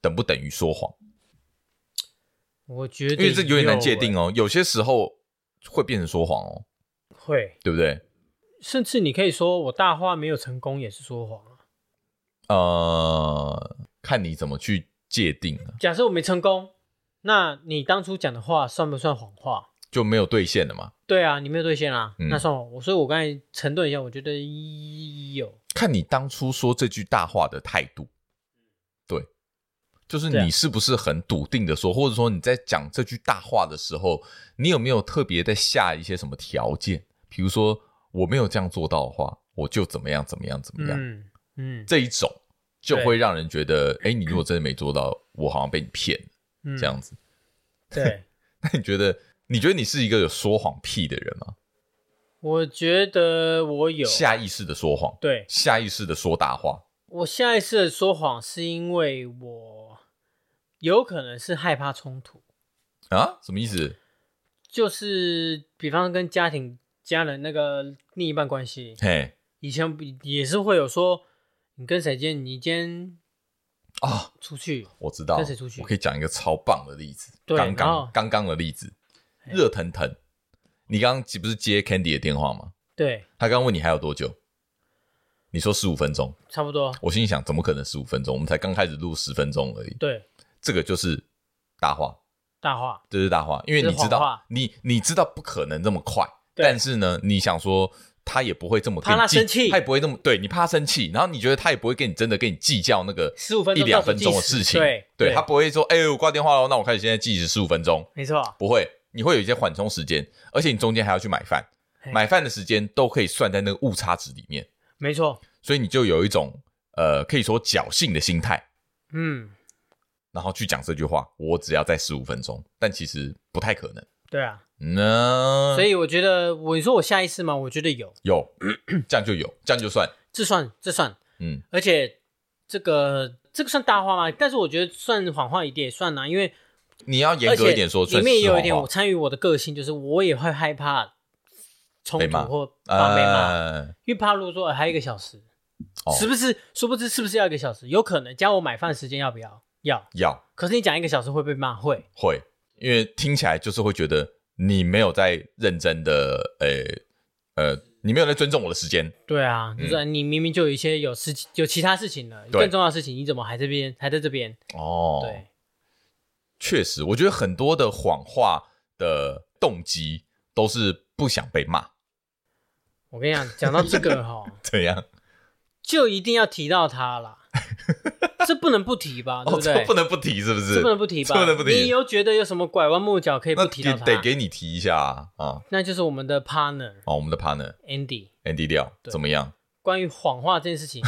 S2: 等不等于说谎？
S1: 我觉得
S2: 因为这有点难界定
S1: 哦。
S2: 哦，有些时候会变成说谎哦，
S1: 会，
S2: 对不对？
S1: 甚至你可以说我大话没有成功也是说谎啊。
S2: 呃，看你怎么去界定啊了，
S1: 假设我没成功，那你当初讲的话算不算谎话？
S2: 就没有兑现了嘛？
S1: 对啊，你没有兑现啊，
S2: 嗯
S1: 那算谎。所以我刚才沉顿一下，我觉得有
S2: 看你当初说这句大话的态度，对，就是
S1: 对啊
S2: 你是不是很笃定的说，或者说你在讲这句大话的时候，你有没有特别在下一些什么条件？比如说我没有这样做到的话，我就怎么样怎么样怎么样，
S1: 嗯嗯
S2: 啊这一种就
S1: 对
S2: 会让人觉得，哎，你如果真的没做到，我好像被你骗了
S1: 嗯
S2: 这样子。
S1: 对，
S2: 那你觉得，你觉得你是一个有说谎癖的人吗？
S1: 我觉得我有
S2: 下意识的说谎，
S1: 对
S2: 下意识的说大话，
S1: 我下意识的说谎，是因为我有可能是害怕冲突，
S2: 啊，什么意思？
S1: 就是比方跟家庭、家人那个另一半关系，
S2: 嘿，
S1: 以前不也是会有说你跟谁今天你今天
S2: 啊，
S1: 出去，
S2: 我知道，
S1: 跟谁出去
S2: 我可以讲一个超棒的例子，
S1: 对
S2: 刚
S1: 然后哎
S2: 刚刚刚的例子，
S1: 嘿
S2: 热腾腾。你刚刚不是接 Candy 的电话吗？
S1: 对，
S2: 他刚问你还有多久，你说十五分钟，
S1: 差不多，
S2: 我心里想，怎么可能十五分钟？我们才刚开始录十分钟而已，
S1: 对，
S2: 这个就是大话，
S1: 大话，
S2: 这是大话，因为你知
S1: 这是谎
S2: 道
S1: 话，
S2: 你你知道不可能这么快，
S1: 对
S2: 但是呢，你想说他也不会这么
S1: 怕他
S2: 跟你计
S1: 生气
S2: 他也不会这么对你怕他生气，然后你觉得他也不会跟你真的跟你计较那个
S1: 15分
S2: 一
S1: 钟
S2: 两分钟的
S1: 倒数计时
S2: 事情，
S1: 对对
S2: 他不会说，哎、我挂电话了，那我开始现在计时十五分钟，
S1: 没错，
S2: 不会，你会有一些缓冲时间，而且你中间还要去买饭，
S1: 嘿
S2: 买饭的时间都可以算在那个误差值里面，
S1: 没错，
S2: 所以你就有一种呃可以说侥幸的心态。
S1: 嗯，
S2: 然后去讲这句话，我只要在十五分钟，但其实不太可能。
S1: 对啊，
S2: 那
S1: 所以我觉得我你说我下意识吗？我觉得有，
S2: 有，这样就有，这样就算，
S1: 这算这算，
S2: 嗯，
S1: 而且这个这个算大话吗？但是我觉得算谎话一定也算啊啦、因为
S2: 你要严
S1: 而
S2: 格
S1: 且
S2: 一点说，
S1: 里面也有一
S2: 算是
S1: 点
S2: 谎
S1: 我
S2: 话
S1: 参与我的个性，就是我也会害怕冲
S2: 被
S1: 突
S2: 骂
S1: 或怕被骂，
S2: 呃
S1: 因为怕如果说、呃还有一个小时，
S2: 哦
S1: 是不是？殊不知是不是要一个小时？有可能加我买饭时间要不要？要。
S2: 要
S1: 可是你讲一个小时会被骂，会
S2: 会，因为听起来就是会觉得你没有在认真的，呃呃，你没有在尊重我的时间，
S1: 对啊，就是啊你明明就有一些有事情有其他事情了，
S2: 嗯对
S1: 更重要的事情，你怎么还这边还在这边？
S2: 哦，
S1: 对，
S2: 确实，我觉得很多的谎话的动机都是不想被骂，
S1: 我跟你讲，讲到这 个哈，
S2: 怎样？
S1: 就一定要提到 他啦，这不能不提吧，啊对
S2: 哦，
S1: 不对？
S2: 这不能不提，是不是？
S1: 这不能不提吧？
S2: 这不能不提
S1: 你又觉得有什么拐弯抹角可以不
S2: 那
S1: 提到
S2: 给
S1: 他？
S2: 得给你提一下啊啊！
S1: 那就是我们的 partner
S2: 哦，我们的 partner
S1: Andy。
S2: Andy 廖
S1: 对
S2: 怎么样？
S1: 关于谎话这件事情，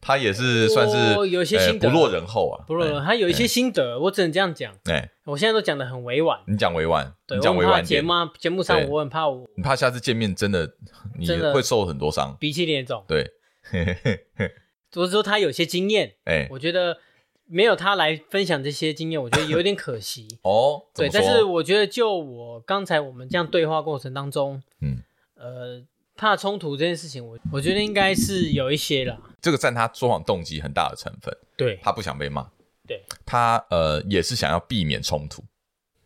S2: 他也是算
S1: 我
S2: 是
S1: 有一些
S2: 呃
S1: 心得
S2: 不落人后啊，
S1: 不论
S2: 哎
S1: 他有一些心得，我只能这样讲。
S2: 哎，
S1: 我现在都讲的很委婉，
S2: 你讲委婉，
S1: 对
S2: 你
S1: 我
S2: 讲委
S1: 很怕
S2: 婉
S1: 节
S2: 点
S1: 目，啊节目上
S2: 对
S1: 我很怕我
S2: 你怕下次见面真的你
S1: 真的
S2: 会受很多伤。
S1: 鼻涕脸肿。
S2: 对，
S1: 我是说他有些经验，
S2: 哎，。
S1: 我觉得没有他来分享这些经验，我觉得有点可惜
S2: 哦，怎
S1: 对，
S2: 么
S1: 但
S2: 说
S1: 是我觉得就我刚才我们这样对话过程当中，
S2: 嗯，
S1: 呃，怕冲突这件事情，我我觉得应该是有一些啦。
S2: 这个占他说谎动机很大的成分，
S1: 对，
S2: 他不想被骂，
S1: 对，
S2: 他呃也是想要避免冲突。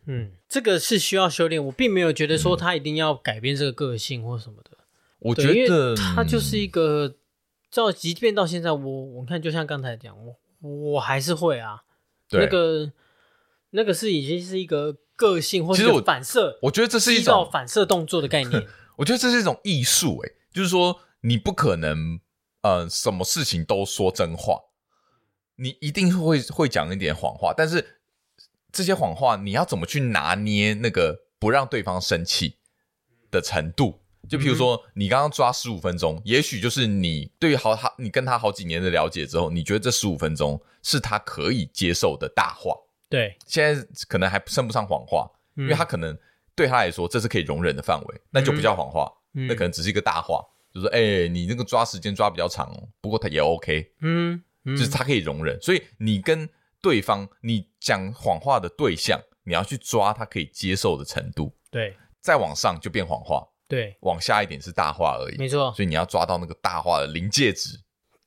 S1: 嗯，这个是需要修炼。我并没有觉得说他一定要改变这个个性或什么的。
S2: 嗯我
S1: 对，
S2: 觉
S1: 因
S2: 得
S1: 为他就是
S2: 嗯
S1: 一个，到即便到现在，我我看就像刚才讲，我我还是会啊，
S2: 对
S1: 那个那个是已经是一个个性或
S2: 其
S1: 是
S2: 实
S1: 一个
S2: 我
S1: 反射，
S2: 我觉得这是一
S1: 激到
S2: 种，
S1: 反射动作的概 念。
S2: 我觉得这是一种艺术，哎，就是说你不可能呃什么事情都说真话，你一定会会讲一点谎话，但是这些谎话你要怎么去拿捏那个不让对方生气的程度？就譬如
S1: 嗯
S2: 说，你刚刚抓十五分钟，也许就是你对于好他你跟他好几年的了解之后，你觉得这十五分钟是他可以接受的大话，
S1: 对，
S2: 现在可能还称不上谎话，
S1: 嗯
S2: 因为他可能对他来说这是可以容忍的范围，那就不叫谎话，
S1: 嗯
S2: 那可能只是一个大话，就说哎、你那个抓时间抓比较长哦，不过他也 OK，
S1: 嗯，嗯
S2: 就是他可以容忍，所以你跟对方你讲谎话的对象，你要去抓他可以接受的程度，
S1: 对
S2: 再往上就变谎话，
S1: 对，
S2: 往下一点是大话而已，
S1: 没错，
S2: 所以你要抓到那个大话的临界值，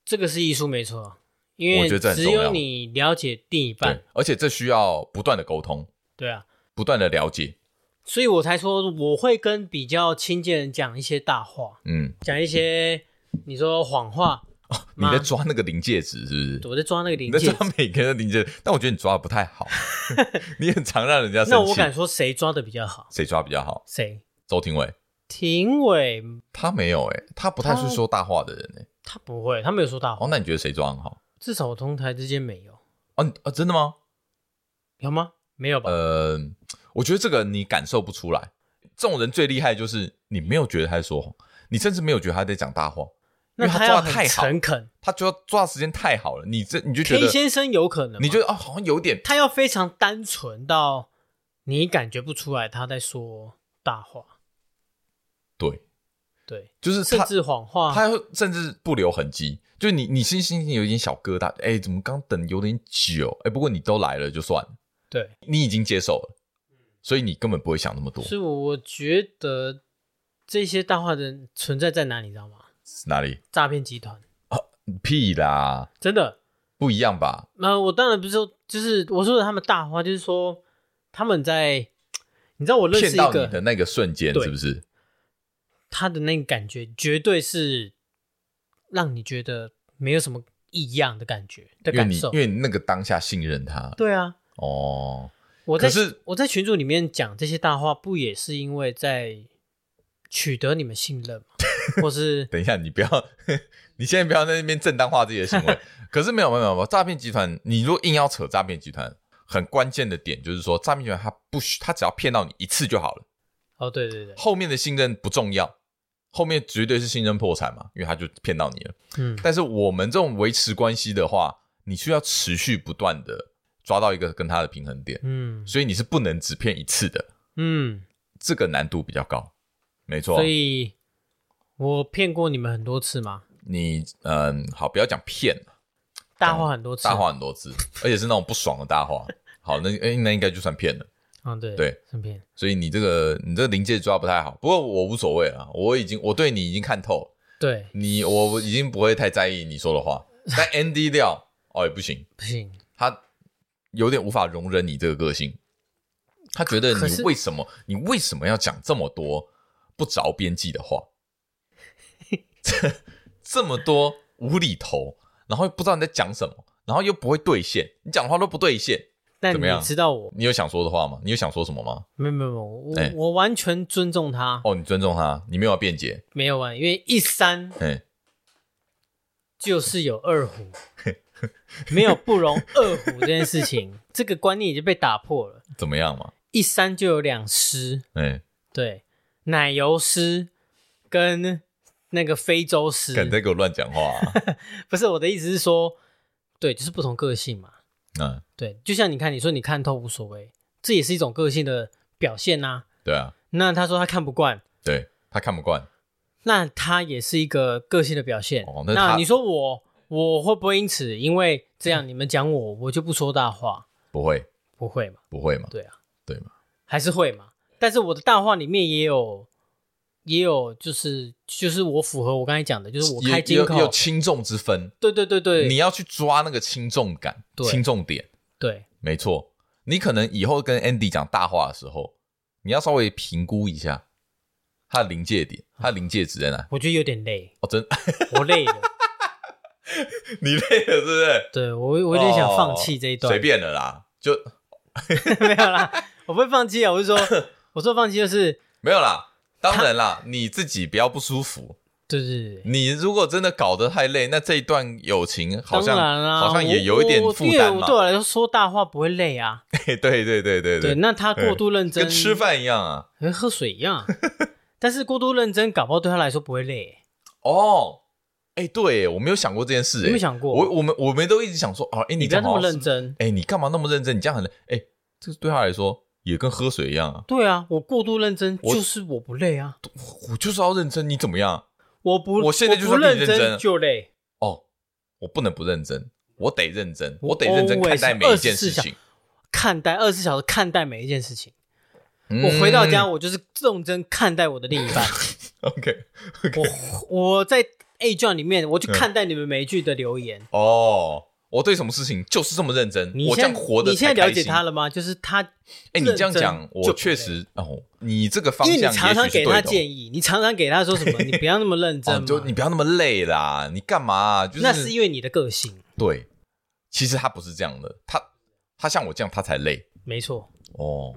S1: 这个是艺术，没错，因为
S2: 我觉得这很
S1: 只
S2: 重
S1: 有
S2: 要
S1: 你了解另一
S2: 对
S1: 半，，
S2: 而且这需要不断的沟通，
S1: 对啊，
S2: 不断的了解，
S1: 所以我才说我会跟比较亲近的人讲一些大话，
S2: 嗯，
S1: 讲一些你说谎话，
S2: 你在
S1: 妈
S2: 抓那个临界值是不是？
S1: 我在抓那个临
S2: 你在
S1: 界
S2: 抓每个人的临界，但我觉得你抓的不太 好，你很常让人家
S1: 那
S2: 生
S1: 我
S2: 气
S1: 敢。说谁抓的比较好？
S2: 谁抓比较好？
S1: 谁？
S2: 周庭伟，
S1: 廷伟
S2: 他没有哎、他不太是说大话的人哎、
S1: 他不会，他没有说大话，
S2: 哦，那你觉得谁抓很好？
S1: 至少我同台之间没有，
S2: 哦你哦，真的吗？
S1: 有吗？没有吧？
S2: 呃，我觉得这个你感受不出来。这种人最厉害就是你没有觉得他在说谎，你甚至没有觉得他在讲大话，因
S1: 那
S2: 为他抓
S1: 要
S2: 的
S1: 很
S2: 太好，
S1: 诚恳。
S2: 他抓抓的时间太好了，你这你就觉
S1: K
S2: 得
S1: 先生有可能吗，
S2: 你觉得哦，好像有点
S1: 他要非常单纯到你感觉不出来他在说大话，
S2: 对，
S1: 对，
S2: 就是
S1: 甚
S2: 他
S1: 至啊谎话，
S2: 他会甚至不留痕迹，就是你你心心情有一点小疙瘩，哎，怎么刚等有点久？哎，不过你都来了就算了，
S1: 对，
S2: 你已经接受了，所以你根本不会想那么多。
S1: 所以我觉得这些大话的人存在在哪里，你知道吗？
S2: 哪里
S1: 诈骗集团
S2: 屁啦，
S1: 真的。
S2: 不一样吧？
S1: 那、我当然不是说，就是我说的他们大话，就是说他们在，你知道我认
S2: 骗
S1: 识一
S2: 到你的
S1: 个，
S2: 那个瞬间
S1: 对
S2: 是不是？
S1: 他的那个感觉绝对是让你觉得没有什么异样的感觉
S2: 因为
S1: 的感
S2: 你
S1: 受
S2: 因。为你那个当下信任他
S1: 对啊，
S2: 哦，
S1: 我在
S2: 可是
S1: 我在群组里面讲这些大话，不也是因为在取得你们信任吗？ 或是
S2: 等一下，你不要， 你现在不要在那边正当化自己的行 为。可是没有没有没有没有，诈骗集团，你如果硬要扯诈骗集团，很关键的点就是说，诈骗集团他不需，他只要骗到你一次就好了，
S1: 哦，对对对，
S2: 后面的信任不重要，后面绝对是信任破产嘛，因为他就骗到你了。
S1: 嗯，
S2: 但是我们这种维持关系的话，你需要持续不断的抓到一个跟他的平衡点，
S1: 嗯
S2: 所以你是不能只骗一次的，
S1: 嗯，
S2: 这个难度比较高。没错
S1: 所，以我骗过你们很多次吗？
S2: 你嗯，好，不要讲骗了。
S1: 大话很多次，
S2: 啊大话很多 次，而且是那种不爽的大话。好，那哎，那应该就算骗了。
S1: 嗯，对
S2: 对，
S1: 很骗。
S2: 所以你这个你这个临界抓不太好，不过我无所谓了，我已经我对你已经看透了，
S1: 对，
S2: 你我已经不会太在意你说的话。但 ND 料哦也不行，
S1: 不行，
S2: 他有点无法容忍你这个个性，他觉得
S1: 可
S2: 你
S1: 是
S2: 为什么你为什么要讲这么多不着边际的话， 这这么多无厘头，然后又不知道你在讲什么，然后又不会兑现，你讲话都不兑现，
S1: 但
S2: 怎
S1: 你
S2: 么样
S1: 知道我
S2: 你有想说的话吗？你有想说什么吗？
S1: 没有没有没有，我、
S2: 哎
S1: 我完全尊重他，
S2: 哦，你尊重他，你没有要辩解，
S1: 没有啊，因为一山
S2: 哎，
S1: 就是有二虎， 没有不容二虎这件事情， 这个观念已经被打破了，
S2: 怎么样嘛？
S1: 一山就有两狮，
S2: 哎，
S1: 对，奶油狮跟那个非洲狮，
S2: 敢再给我乱讲话、啊？
S1: 不是我的意思是说，对，就是不同个性嘛，
S2: 嗯，
S1: 对，就像你看，你说你看透无所谓，这也是一种个性的表现呐、
S2: 对啊，
S1: 那他说他看不惯，
S2: 对他看不惯，
S1: 那他也是一个个性的表现。
S2: 哦那
S1: 那
S2: 他嗯
S1: 你说我我会不会因此因为这样你们讲我我就不说大话？
S2: 不会
S1: 不会嘛，
S2: 不会嘛？
S1: 对啊，
S2: 对嘛？
S1: 还是会嘛。但是我的大话里面也有也有就是就是我符合我刚才讲的，就是我
S2: 也
S1: 开
S2: 也
S1: 金
S2: 有也有
S1: 口，
S2: 轻重之分，
S1: 对对对对，
S2: 你要去抓那个轻重感、
S1: 对
S2: 轻重点，
S1: 对
S2: 没错。你可能以后跟 Andy 讲大话的时候，你要稍微评估一下他的临界点，
S1: 啊
S2: 他的临界值在哪？
S1: 我觉得有点累，
S2: 哦，真
S1: 我累了，
S2: 你累了是不是？
S1: 对我我有点想放弃
S2: 哦
S1: 这一段，
S2: 随便了啦，就
S1: 没有啦，我不会放弃 啊，我是说我说放弃就是
S2: 没有啦。当然啦，你自己不要不舒服。
S1: 对对对。
S2: 你如果真的搞得太累，那这一段友情好像
S1: 当然啦，
S2: 好像也
S1: 我
S2: 有一点
S1: 我我
S2: 负
S1: 因为
S2: 担
S1: 我
S2: 嘛
S1: 对。我来说，说大话不会累啊。
S2: 对 对对对对
S1: 对，那他过度认真，
S2: 跟吃饭一样啊。
S1: 跟喝水一 样。但是过度认真，搞不好对他来说不会累。
S2: 哦，哎、对我没有想过这件事、哎，
S1: 你有没有想过
S2: 我我们我们都一直想说，哦、啊，哎、
S1: 你不
S2: 这样
S1: 要那么
S2: 好像是
S1: 认，真。
S2: 哎、你干嘛那么认真？你这样很累，哎、这对他来说也跟喝水一样啊。
S1: 对啊，我过度认真
S2: 我
S1: 就是我不累啊，
S2: 我就是要认真，你怎么样？
S1: 我不
S2: 我现在就是
S1: 不
S2: 要跟你
S1: 认
S2: 认真啊
S1: 真就累。
S2: 哦，我不能不认真，我得认真，
S1: 我
S2: 我得认真
S1: always
S2: 看待每一件事
S1: 24
S2: 情。
S1: 看待二十四小时看待每一件事情。
S2: 嗯
S1: 我回到家，我就是认真看待我的另一半。
S2: ，OK，
S1: 我我在 A 卷里面，我
S2: 嗯
S1: 就看待你们每一句的留言。
S2: 哦。我对什么事情就是这么认真，
S1: 你
S2: 我这样
S1: 现在
S2: 活得
S1: 你现在
S2: 才开
S1: 了解
S2: 心
S1: 他了吗？就是他，
S2: 哎、你这样讲，我确，实哦，你这个方向
S1: 因为你常常
S2: 也许是
S1: 给他
S2: 对的哦
S1: 建议，你常常给他说什 么，你不要那么认真
S2: 哦
S1: 嘛，
S2: 就你不要那么累啦，你干嘛啊、就是
S1: 那是因为你的个性，
S2: 对，其实他不是这样的，他他像我这样，他才累
S1: 没错，
S2: 哦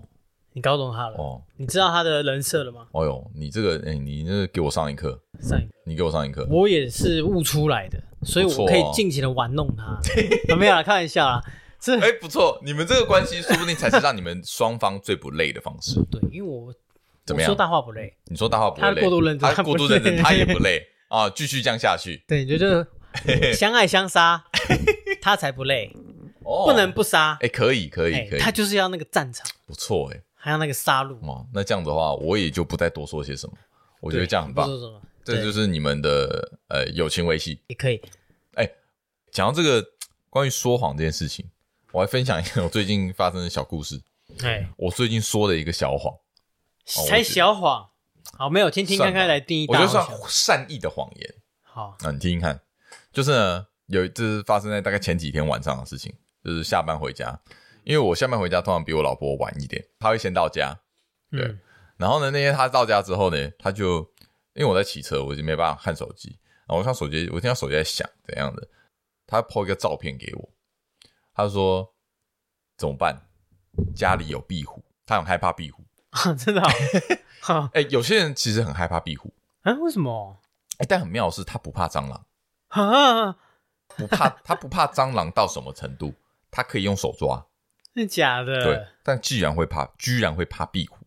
S1: 你搞懂他了，
S2: 哦
S1: 你知道他的人设了吗？
S2: 哦哟，你这个哎、你这个给我上一课，
S1: 上一个
S2: 你给我上一课，
S1: 我也是悟出来的，所以
S2: 不错
S1: 我
S2: 哦
S1: 可以尽情的玩弄他，啊没有啦，开玩笑啦，是
S2: 哎、不错，你们这个关系说不定才是让你们双方最不累的方式。
S1: 对，因为我
S2: 怎
S1: 我
S2: 么样
S1: 说大话不累，
S2: 你说大话不会累，
S1: 他过度认真
S2: 他过度认真，
S1: 他
S2: 他
S1: 不累
S2: 也不累啊，继续这样下去
S1: 对，你就是相爱相 杀，他才不累，
S2: 哦，
S1: 不能不杀，
S2: 哎、可以可以
S1: 哎
S2: 可以，
S1: 他就是要那个战场，
S2: 不错哎、
S1: 还有那个杀戮，
S2: 哦，那这样子的话，我也就不再多说些什么。我
S1: 我
S2: 觉得这样很棒，
S1: 说什么，
S2: 这
S1: 对
S2: 就是你们的呃友情维系。
S1: 也可以。
S2: 讲到这个关于说谎这件事情，我还分享一个我最近发生的小故事。
S1: 哎，
S2: 我最近说的一个小谎，哦我觉
S1: 才
S2: 得
S1: 小谎，好，没有听听
S2: 算
S1: 看看
S2: 吧
S1: 来定义
S2: 我
S1: 大
S2: 觉
S1: 好
S2: 得算
S1: 小。
S2: 善意的谎言。
S1: 好，
S2: 啊，你听听看，就是呢，有这是发生在大概前几天晚上的事情，就是下班回家，因为我下班回家通常比我老婆晚一点，她会先到家。对
S1: 嗯，
S2: 然后呢，那天她到家之后呢，她就因为我在骑车，我就没办法看手机，然后我看手机，我听到手机在响怎样的，她 po 一个照片给我，她说怎么办？家里有壁虎，她很害怕壁虎。
S1: 嗯 真的好 好，
S2: 哎、有些人其实很害怕壁虎，
S1: 啊，为什么
S2: 哎、但很妙的是，她不怕蟑螂。
S1: 啊？
S2: 不 怕他不怕蟑螂到什么程度？他可以用手抓，
S1: 是假的？
S2: 对，但既然会怕，居然会怕壁虎，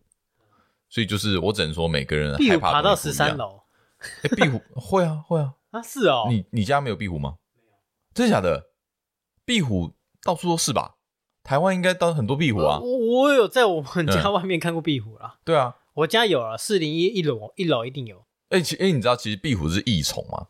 S2: 所以就是我只能说每个人
S1: 壁
S2: 害
S1: 虎
S2: 怕
S1: 爬
S2: 的东
S1: 到
S2: 西不
S1: 十
S2: 一样
S1: 三，楼
S2: 诶壁虎会啊会啊，
S1: 啊？是哦，
S2: 你你家没有壁虎吗？真的假的？壁虎到处都是吧？台湾应该当很多壁虎啊
S1: 我，我有在我们家
S2: 嗯
S1: 外面看过壁虎啦，
S2: 对啊，
S1: 我家有了四零一一楼一楼一定有。
S2: 哎、其哎、你知道其实壁虎是益虫吗？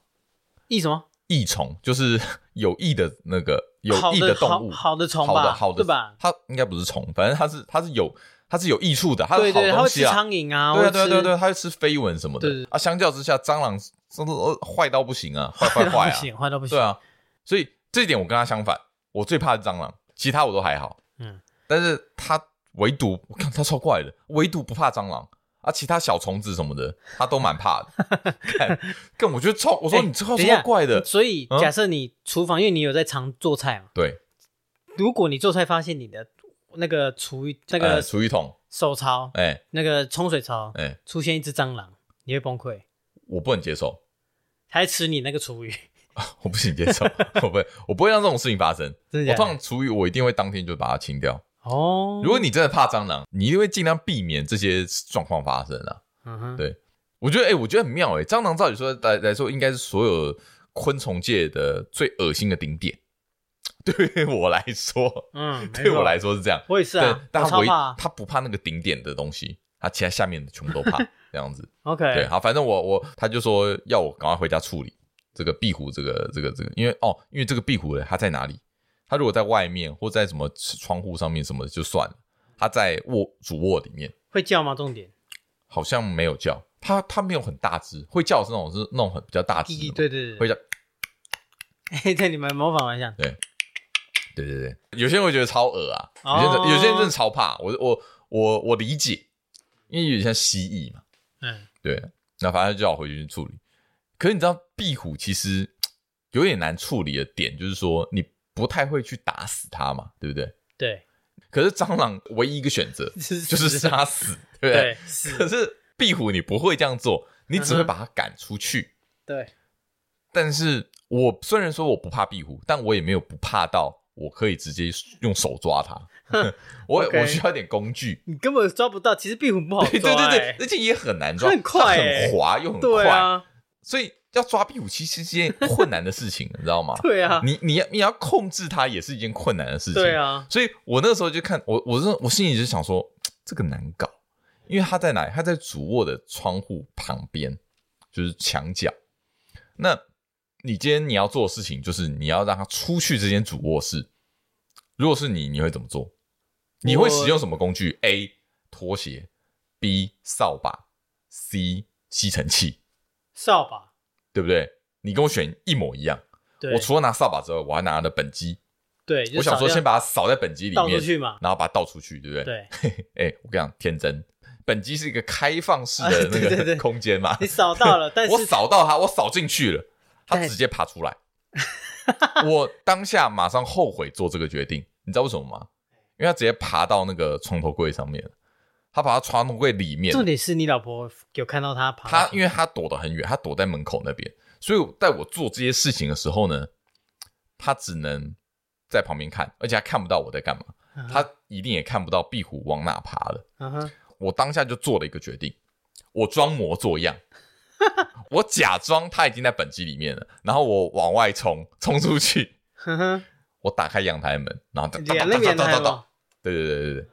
S1: 益什么？
S2: 益虫就是 有益的那个有
S1: 好
S2: 益
S1: 的
S2: 动物，
S1: 好好的虫
S2: 好
S1: 吧
S2: 的好的
S1: 对吧
S2: 它应该不是虫，反正它是它是有它是有益处的，它
S1: 对
S2: 是好
S1: 对，它
S2: 东
S1: 会吃
S2: 西啊。
S1: 苍蝇啊，
S2: 对啊，
S1: 会
S2: 对啊，
S1: 吃
S2: 对啊，对啊，它会吃飞蚊什么的
S1: 对对对
S2: 啊。相较之下，蟑螂真的呃坏到不行啊，坏坏坏
S1: 坏到不
S2: 啊，
S1: 行，坏到不行。
S2: 对啊。所以这一点我跟他相反，我最怕蟑螂，其他我都还好。
S1: 嗯，
S2: 但是他唯独，我看他超怪的，唯独不怕蟑螂啊，其他小虫子什么的，他都蛮怕的。看，看，我觉得超，我说
S1: 哎
S2: 你超
S1: 等一下
S2: 超怪的，
S1: 所以
S2: 嗯
S1: 假设你厨房，因为你有在常做菜嘛，
S2: 对，
S1: 如果你做菜发现你的那个厨余那
S2: 呃，
S1: 个
S2: 厨余桶，
S1: 手槽、
S2: 哎
S1: 那个冲水槽
S2: 哎，
S1: 出现一只蟑螂，你会崩溃，
S2: 我不能接受，
S1: 它在吃你那个厨余，
S2: 我不行接受， 我不，我不会让这种事情发生。
S1: 真
S2: 我
S1: 的假
S2: 通
S1: 的？
S2: 常厨余，我一定会当天就把它清掉。
S1: 哦，
S2: 如果你真的怕蟑螂，你一定会尽量避免这些状况发生啊。
S1: 嗯哼
S2: 对我觉得，哎、我觉得很妙、哎，蟑螂照理说来来说，应该是所有昆虫界的最恶心的顶点。对我来说，
S1: 嗯，没
S2: 对我
S1: 错
S2: 来说是这样。
S1: 我也是啊
S2: 对，，
S1: 我
S2: 但他
S1: 超
S2: 唯
S1: 怕啊。
S2: 他不怕那个顶点的东西，他其他下面的全部都 怕这样子。对，
S1: OK，
S2: 好，反正我我他就说要我赶快回家处理这个壁虎，这个这个这个，因为哦，因为这个壁虎呢，它在哪里？它如果在外面或在什么窗户上面什么的就算了，它在卧主卧里面
S1: 会叫吗？重点，
S2: 好像没有叫，它它没有很大只，会叫是那种是那种很比较大只的
S1: 滴
S2: 嘛，
S1: 对对
S2: 会
S1: 对，
S2: 叫，
S1: 嘿，对，你们模仿一下，
S2: 对对对，有些人会觉得超恶啊，
S1: 哦
S2: 有些人、有些人真的超怕，我我我我理解，因为有点像蜥蜴嘛，
S1: 嗯，
S2: 对，那反正就叫我回去处理。可是你知道壁虎其实有点难处理的点，就是说你不太会去打死它嘛，对不对？
S1: 对，
S2: 可是蟑螂唯一一个选 择就是杀死，对不
S1: 对
S2: 对？
S1: 是，
S2: 可是壁虎你不会这样做，你只
S1: 嗯
S2: 会
S1: 哼
S2: 把它赶出去。
S1: 对，
S2: 但是我虽然说我不怕壁虎，但我也没有不怕到我可以直接用手抓它。我
S1: OK
S2: 我需要一点工具。
S1: 你根本抓不到，其实壁虎不好抓，
S2: 对对对
S1: 哎，
S2: 而且也很难抓，
S1: 它很快
S2: 它
S1: 欸
S2: 很滑又很
S1: 对
S2: 快，
S1: 啊，
S2: 所以要抓壁虎其实是一件困难的事情，你知道吗？
S1: 对啊，
S2: 你你要你要控制它也是一件困难的事情。
S1: 对，啊，
S2: 所以我那时候就看我我是我心里就想说嘖这个难搞，因为它在哪里？它在主卧的窗户旁边，就是墙角。那你今天你要做的事情就是你要让它出去这间主卧室。如果是你，你会怎么做？你会使用什么工具？A. 拖鞋，B. 扫把，C. 吸尘器。
S1: 扫把，
S2: 对不对？你跟我选一模一样。
S1: 对，
S2: 我除了拿扫把之外，我还拿了本机。
S1: 对，就
S2: 我想说，
S1: 扫掉
S2: 先把它扫在本机里
S1: 倒出
S2: 面，
S1: 去嘛，
S2: 然后把它倒出去，对不对？。
S1: 对，
S2: 哎、我跟你讲，天真，本机是一个开放式
S1: 啊
S2: 的那
S1: 对对
S2: 个
S1: 对
S2: 空间嘛。
S1: 你扫 到了，但
S2: 我
S1: 是
S2: 扫到它，我扫进去了，它
S1: 但
S2: 直接爬出 来。我当下马上后悔做这个决定，你知道为什么吗？因为它直接爬到那个床头柜上面了，它把它床头柜里面
S1: 重点是你老婆有看到他爬
S2: 他
S1: 到，
S2: 因为他躲得很远，他躲在门口那边，所以在我做这些事情的时候呢，他只能在旁边看，而且他看不到我在干嘛，
S1: 嗯哼
S2: 他一定也看不到壁虎往哪爬了。
S1: 嗯哼，
S2: 我当下就做了一个决定，我装模作 样，我假装他已经在本机里面了，然后我往外冲，冲出去，
S1: 哼嗯哼，
S2: 我打开阳台门，然后哒哒
S1: 脸
S2: 哒
S1: 那
S2: 哒
S1: 边
S2: 哒
S1: 还
S2: 哒
S1: 有
S2: 哒，对对对对对，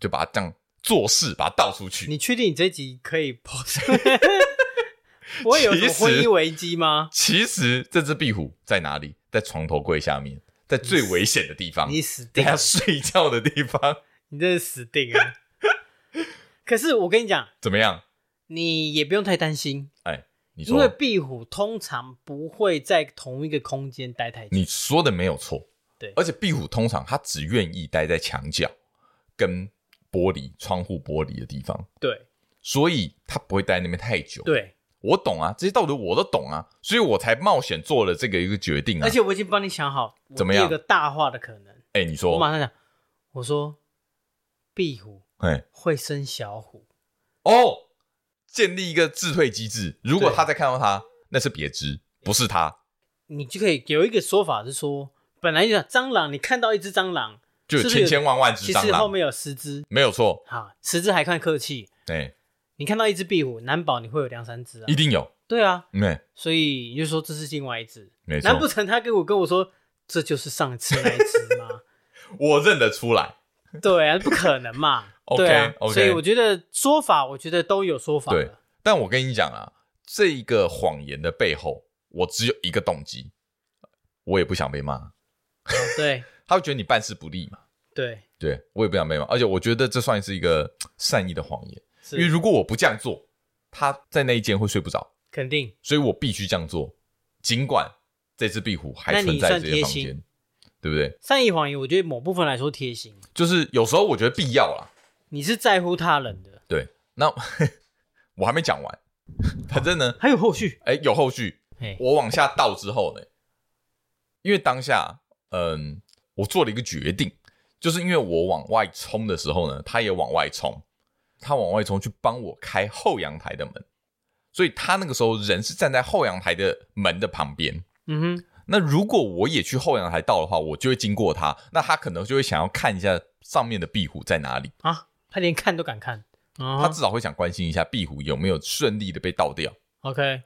S2: 就把它这样做事把它倒出去。
S1: 你确定你这集可以 p o s 不会有什么婚
S2: 其实
S1: 姻危机吗？
S2: 其实这只壁虎在哪里？在床头柜下面，在最危险的地方，
S1: 你死
S2: 在
S1: 定了
S2: 它，睡觉的地方。
S1: 你真是死定了。可是我跟你讲，
S2: 怎么样？哎
S1: 你也不用太担心，
S2: 你
S1: 因为
S2: 说，
S1: 壁虎通常不会在同一个空间待太久。
S2: 你说的没有错。
S1: 对
S2: 而且壁虎通常它只愿意待在墙角跟玻璃、窗户玻璃的地方，
S1: 对
S2: 所以它不会待那边太久。，
S1: 对，
S2: 我懂啊，这些道理我都懂啊，所以我才冒险做了这个一个决定啊。
S1: 而且我已经帮你想好我
S2: 怎么
S1: 第二
S2: 样
S1: 个大话的可能。
S2: 哎、你
S1: 我
S2: 说，
S1: 马上讲，我说壁虎
S2: 哎、
S1: 会生小虎，
S2: 哦，建立一个自退机制。如果
S1: 对
S2: 他再看到他，那是别只，不是他，
S1: 你就可以有一个说法是说，本来就讲蟑螂，你看到一只蟑螂，
S2: 就有
S1: 是不是
S2: 千千万万只
S1: 其
S2: 蟑
S1: 实后
S2: 螂，
S1: 面有十只，
S2: 没有错。
S1: 哈，十只还看客气。
S2: 哎，
S1: 你看到一只壁虎，难保你会有两三只啊
S2: 一。定有，
S1: 对啊，
S2: 没
S1: 所以你就说这是另外一只。
S2: 没
S1: 难不
S2: 错，
S1: 成他跟我跟我说这就是上一次那一只吗？
S2: 我认得出来。
S1: 对啊，不可能嘛。
S2: OK，
S1: 对啊
S2: OK
S1: 所以我觉得说法，我觉得都有说法
S2: 对
S1: 了。，
S2: 但我跟你讲啊，这一个谎言的背后，我只有一个动机，我也不想被骂，
S1: 对
S2: 他会觉得你办事不力嘛。
S1: 对，
S2: 对我也不想被骂，而且我觉得这算是一个嘖善意的谎言，因为
S1: 是
S2: 如果我不这样做，他在那一间会睡不着。
S1: 肯定。
S2: 所以我必须这样做。尽管这只壁虎还存在这些房
S1: 那你算贴
S2: 间
S1: 心，
S2: 对不对？
S1: 善意谎言，我觉得某部分来说贴心，
S2: 就是有时候我觉得必要啦。
S1: 你是在乎他人的，
S2: 对，那 我还没讲完，反正呢，
S1: 还有后续。
S2: 哎，有后续。
S1: 哎，
S2: 我往下倒之后呢，因为当下，嗯，我做了一个决定，就是因为我往外冲的时候呢，他也往外冲，他往外冲去帮我开后阳台的门，所以他那个时候人是站在后阳台的门的旁边。
S1: 嗯哼，
S2: 那如果我也去后阳台倒的话，我就会经过他，那他可能就会想要看一下上面的壁虎在哪里，
S1: 啊，他连看都敢看，
S2: 他
S1: 啊
S2: 至少会想关心一下壁虎有没有顺利的被倒掉。
S1: ，OK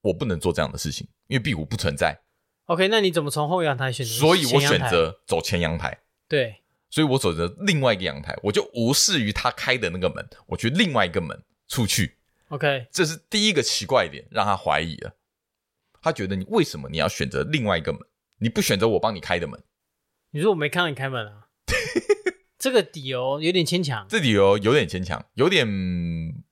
S2: 我不能做这样的事情，因为壁虎不存在，
S1: OK，那你怎么从后阳台选择？
S2: 所以我
S1: 前阳
S2: 选
S1: 台
S2: 择走前阳台，
S1: 对，
S2: 所以我走着另外一个阳台，我就无视于他开的那个门，我去另外一个门出去，
S1: OK，
S2: 这是第一个奇怪点，让他怀疑了。他觉得你为什么你要选择另外一个门，你不选择我帮你开的门？
S1: 你说我没看到你开 门啊，这个理由有点牵强，
S2: 这理由有点牵强，有点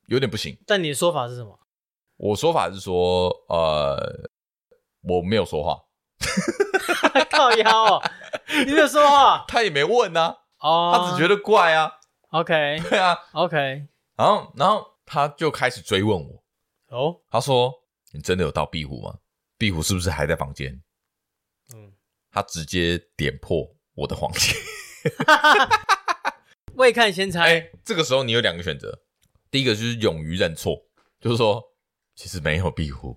S2: 有点不行。
S1: 但你的说法是什么？
S2: 我说法是说，呃，我没有说话，
S1: 靠腰哦，你没有说话
S2: 他也没问啊，
S1: 哦，
S2: 他只觉得怪啊，
S1: OK
S2: 对啊，
S1: OK，
S2: 然后然后他就开始追问我，
S1: 哦，
S2: 他说：“你真的有到壁虎吗？壁虎是不是还在房间
S1: 嗯，？”
S2: 他直接点破我的谎言。
S1: 未看先猜，
S2: 哎， 这个时候你有两个选择，第一个就是勇于认错，就是说其实没有壁虎；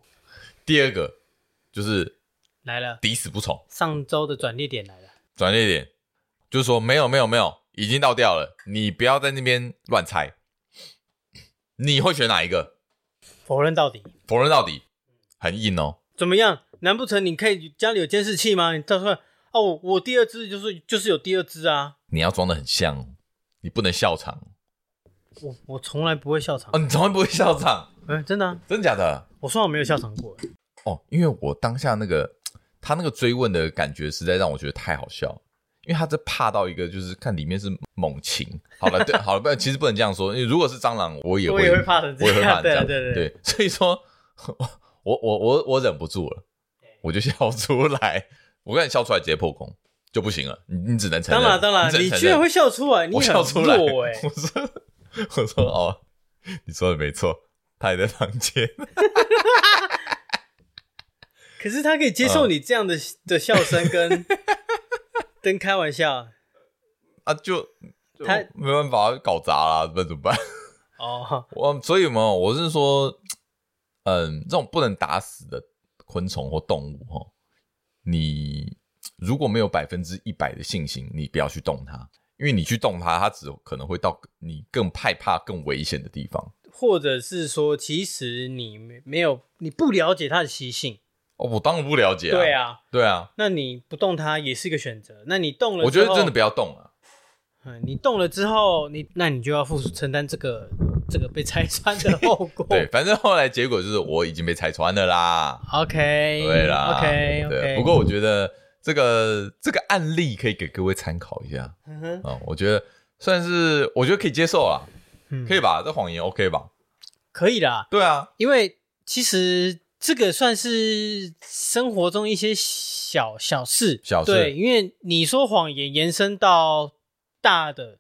S2: 第二个就是
S1: 来了，
S2: 抵死不从。
S1: 上周的转捩点来了，
S2: 转捩点，就是说没有没有没有，已经倒掉了，你不要在那边乱猜。你会选哪一个？
S1: 否认到底。
S2: 否认到底，很硬哦。
S1: 怎么样？难不成你可以家里有监视器吗？你到时候哦，我我第二只就是就是有第二只啊，
S2: 你要装的很像哦，你不能笑场哦
S1: 我我从来不会笑场
S2: 哦，，你从来不会笑场，
S1: 嗯、真的啊、
S2: 真假的？
S1: 我说我没有笑场过，
S2: 哦，因为我当下那个他那个追问的感觉，实在让我觉得太好笑了，因为他这怕到一个就是看里面是猛禽。好了，对，好了，不，其实不能这样说，因为如果是蟑螂，我也
S1: 我
S2: 会
S1: 也会怕成这
S2: 我也会
S1: 样，
S2: 怕
S1: 对
S2: 这
S1: 啊
S2: 样，
S1: 对对，
S2: 对，所以说， 我我我我忍不住了，我就笑出来，我跟你笑出来直接破功就不行了，你你只能承
S1: 当
S2: 认，
S1: 然当然，
S2: 你
S1: 你
S2: 只能承认
S1: 居然会笑出来，你
S2: 我
S1: 很
S2: 笑出来，
S1: 弱哎、
S2: 我说我说哦，你说的没错，他还在房间，
S1: 可是他可以接受你这样的、的笑声跟 跟开玩笑
S2: 啊，就就
S1: 他
S2: 没办法搞砸啦，那怎么办？
S1: 哦，
S2: 我所以嘛，我是说，嗯，这种不能打死的昆虫或动物哈，你如果没有百分之一百的信心，你不要去动它，因为你去动它，它只可能会到你更害怕、更危险的地方。
S1: 或者是说，其实你没没有你不了解他的习性，
S2: 哦，我当然不了解、啊，
S1: 对，啊，
S2: 对啊，
S1: 那你不动它也是一个选择，那你动了，
S2: 我觉得真的不要动啊，
S1: 嗯，你动了之后，你那你就要付出承担这个这个被拆穿的后 果。
S2: 对，反正后来结果就是我已经被拆穿了啦。
S1: ，OK，
S2: 对啦
S1: ，OK
S2: 对。啊
S1: OK。
S2: 不过我觉得这个这个案例可以给各位参考一下啊、
S1: 嗯哼，
S2: 我觉得算是我觉得可以接受啦，
S1: 嗯
S2: 可以吧？这谎言 OK 吧？
S1: 可以啦，
S2: 对啊，
S1: 因为其实这个算是生活中一些小小事，
S2: 小事
S1: 对，因为你说谎言延伸到大的，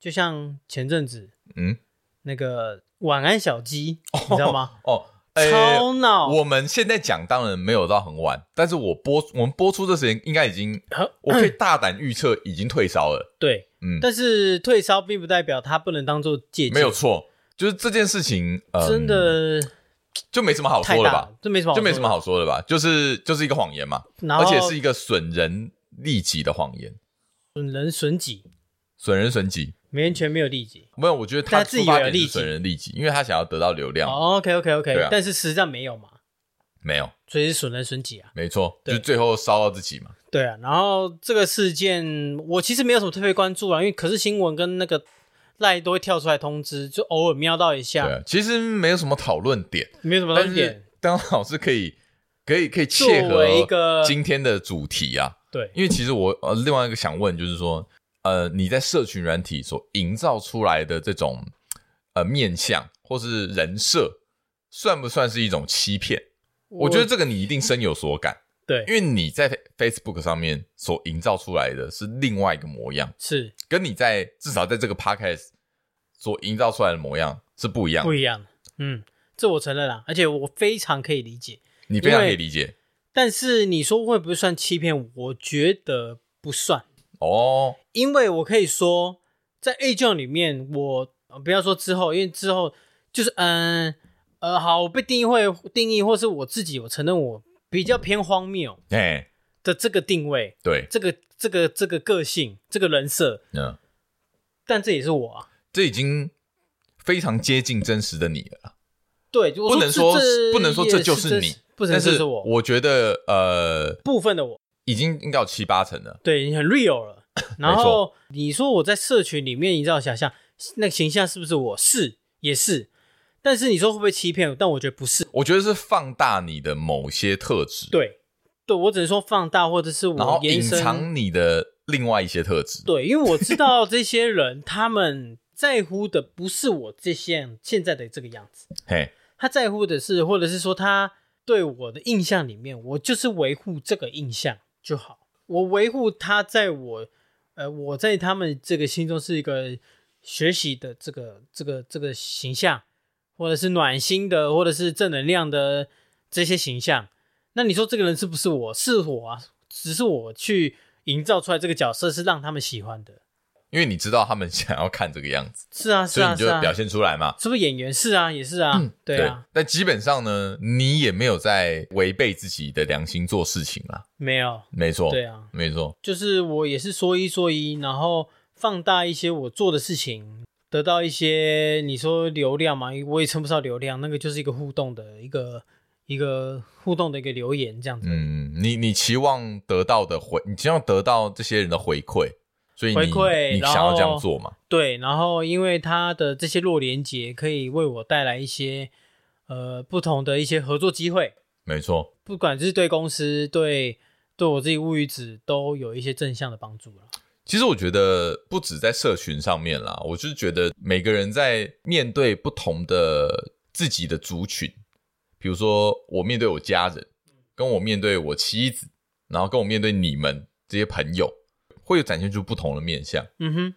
S1: 就像前阵子
S2: 嗯，
S1: 那个晚安小鸡，你知道吗？
S2: 哦，哎
S1: 超闹，
S2: 我们现在讲当然没有到很晚，但是我播我们播出的时间应该已经，
S1: 呵
S2: 我可以大胆预测已经退烧了。
S1: 对，
S2: 嗯，
S1: 但是退烧并不代表它不能当做借鉴，
S2: 没有错，就是这件事情，呃，
S1: 真的
S2: 就没什么好
S1: 太
S2: 说了
S1: 大
S2: 吧，，
S1: 这没什么，
S2: 就没什么，好说了吧，就是就是一个谎言嘛，
S1: 然后
S2: 而且是一个损人利己的谎言，
S1: 损人损己，
S2: 损人损己。
S1: 完全没有利己。
S2: 没有，我觉得
S1: 但
S2: 他
S1: 他自己
S2: 出发
S1: 有
S2: 点
S1: 利
S2: 是
S1: 己
S2: 损人利己，因为他想要得到流量，
S1: OK OK OK，、
S2: 对啊
S1: 哦但是实际上没有嘛，
S2: 没有，
S1: 所以是损人损己啊。
S2: 没错，
S1: 对
S2: 就最后烧到自己嘛。
S1: 对啊，然后这个事件我其实没有什么特别关注啊，因为可是新闻跟那个赖都会跳出来通知，就偶尔瞄到一
S2: 对
S1: 下，
S2: 啊，其实没有什么讨论点，
S1: 没有什么
S2: 但
S1: 东
S2: 是
S1: 西。
S2: 当然老师可以可以可以切
S1: 作
S2: 合
S1: 为一个
S2: 今天的主题啊，
S1: 对，
S2: 因为其实我呃另外一个想问就是说，呃，你在社群软体所营造出来的这种呃面相或是人设，算不算是一种欺骗？我觉得这个你一定深有所感，
S1: 对
S2: 因为你在 Facebook 上面所营造出来的是另外一个模样，
S1: 是
S2: 跟你在至少在这个 Podcast 所营造出来的模样是不一样
S1: 不
S2: 的。
S1: 一样的。嗯，这我承认啊，而且我非常可以理解。
S2: 你非常
S1: 因
S2: 可
S1: 为
S2: 以理解
S1: 但是你说会不会算欺骗？我觉得不算，
S2: 哦，
S1: 因为我可以说，在 A 卷里面，我呃不要说之后，因为之后就是嗯呃，好，我被定义会定义，或是我自己，我承认我比较偏荒谬
S2: 哎、
S1: 的这个定位，
S2: 对，
S1: 这个这个这个个性，这个人设，
S2: 嗯，
S1: 但这也是我啊。
S2: 这已经非常接近真实的你了。
S1: 对，我
S2: 不能
S1: 这
S2: 说
S1: 这
S2: 不能说这
S1: 也
S2: 就是
S1: 真
S2: 你
S1: 实，不能
S2: 但
S1: 说这
S2: 是
S1: 是我
S2: 我觉得呃，
S1: 部分的我，
S2: 已经应该有七八成了。
S1: 对你很 real 了。 然
S2: 没
S1: 后
S2: 错
S1: 你说我在社群里面营造想象，那个形象是不是我是也是？但是你说会不会欺骗？但我觉得不是。
S2: 我觉得是放大你的某些特质，，
S1: 对，对我只能说放大或者是
S2: 然
S1: 我
S2: 后
S1: 延
S2: 隐
S1: 伸。
S2: 藏你的另外一些特质。
S1: 对，因为我知道这些人他们在乎的不是我这些现在的这个样子，
S2: 嘿，
S1: 他在乎的是，或者是说他对我的印象里面，我就是维护这个印象就好，我维护他在我，呃，我在他们这个心中是一个学习的这个这个这个形象，或者是暖心的，或者是正能量的这些形象。那你说这个人是不是我？是我啊，只是我去营造出来这个角色是让他们喜欢的。
S2: 因为你知道他们想要看这个样子，
S1: 是啊，是
S2: 所以
S1: 啊，
S2: 你就是
S1: 啊，
S2: 表现出嗯来嘛。
S1: 是不是演员？是啊，也是啊，对啊，
S2: 但基本上呢，你也没有在违背自己的良心做事情啦。
S1: 没有，
S2: 没错，
S1: 对啊，
S2: 没错，
S1: 就是我也是说一说一，然后放大一些我做的事情，得到一些你说流量嘛，我也称不上流量，那个就是一个互动的一个一个互动的一个留言这样子。
S2: 嗯，你你期望得到的回，你期望得到这些人的回馈，所以你
S1: 回馈
S2: 你
S1: 然
S2: 想要这样
S1: 后
S2: 做嘛？
S1: 对，然后因为它的这些弱连接可以为我带来一些呃不同的一些合作机会，
S2: 没错，
S1: 不管是对公司对。对我自己物语子都有一些正向的帮助了。
S2: 其实我觉得不止在社群上面啦，我就是觉得每个人在面对不同的自己的族群，比如说我面对我家人，跟我面对我妻子，然后跟我面对你们这些朋友，会有展现出不同的面相，
S1: 嗯哼，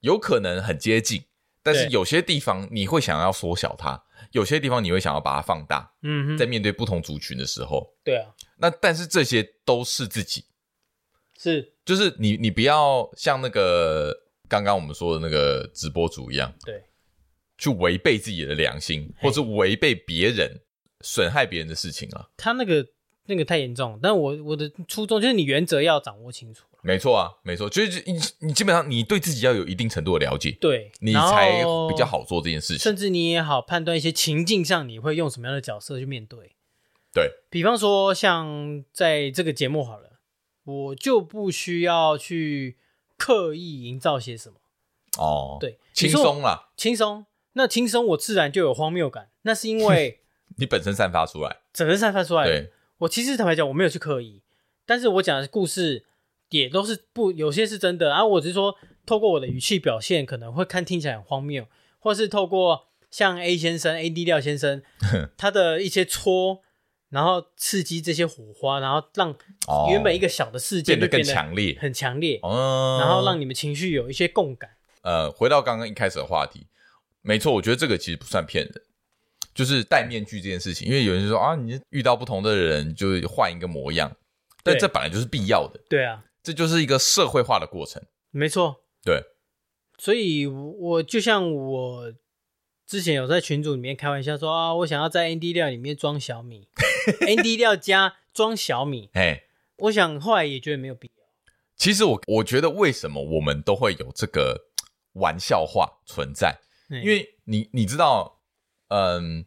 S2: 有可能很接近，但是
S1: 对
S2: 有些地方你会想要缩小它，有些地方你会想要把它放大，
S1: 嗯
S2: 在
S1: 哼，
S2: 面对不同族群的时候，
S1: 对啊，
S2: 那但是这些都是自己，
S1: 是，
S2: 就是你你不要像那个刚刚我们说的那个直播主一样，
S1: 对，
S2: 去违背自己的良心，
S1: 嘿
S2: 或是违背别人、损害别人的事情啊。
S1: 他那个那个太严重了，但我我的初衷就是你原则要掌握清楚了，
S2: 没错啊，没错，就是你你基本上你对自己要有一定程度的了解，
S1: 对，
S2: 你
S1: 然后
S2: 才比较，好做这件事情。
S1: 甚至你也好判断一些情境上你会用什么样的角色去面对。
S2: 对，
S1: 比方说，像在这个节目好了，我就不需要去刻意营造些什么，
S2: 哦，，
S1: 对，
S2: 轻
S1: 你说
S2: 松啦，
S1: 轻松，那轻松我自然就有荒谬感，那是因为
S2: 你本身散发出来，
S1: 整个散发出来的。
S2: 对，
S1: 我其实坦白讲，我没有去刻意，但是我讲的故事也都是不有些是真的，然、后我只是说透过我的语气表现，可能会看听起来很荒谬，或是透过像 A 先生、A D 廖先生他的一些戳，然后刺激这些火花，然后让
S2: 哦，
S1: 原本一个小的事件
S2: 变得
S1: 就变
S2: 更
S1: 得
S2: 强烈，
S1: 很强烈，
S2: 哦，
S1: 然后让你们情绪有一些共感。
S2: 呃，回到刚刚一开始的话题，没错，我觉得这个其实不算骗人，就是戴面具这件事情，因为有人说啊，你遇到不同的人就换一个模样，但
S1: 对
S2: 这本来就是必要的，
S1: 对啊，
S2: 这就是一个社会化的过程。
S1: 没错，
S2: 对，
S1: 所以我，我就像我之前有在群组里面开玩笑说啊，我想要在 ND 料里面装小米 ，ND 料加装小米。
S2: 哎，
S1: 我想后来也觉得没有必要。
S2: 其实我我觉得为什么我们都会有这个嘖玩笑话存在，
S1: 嗯
S2: 因为你你知道，嗯，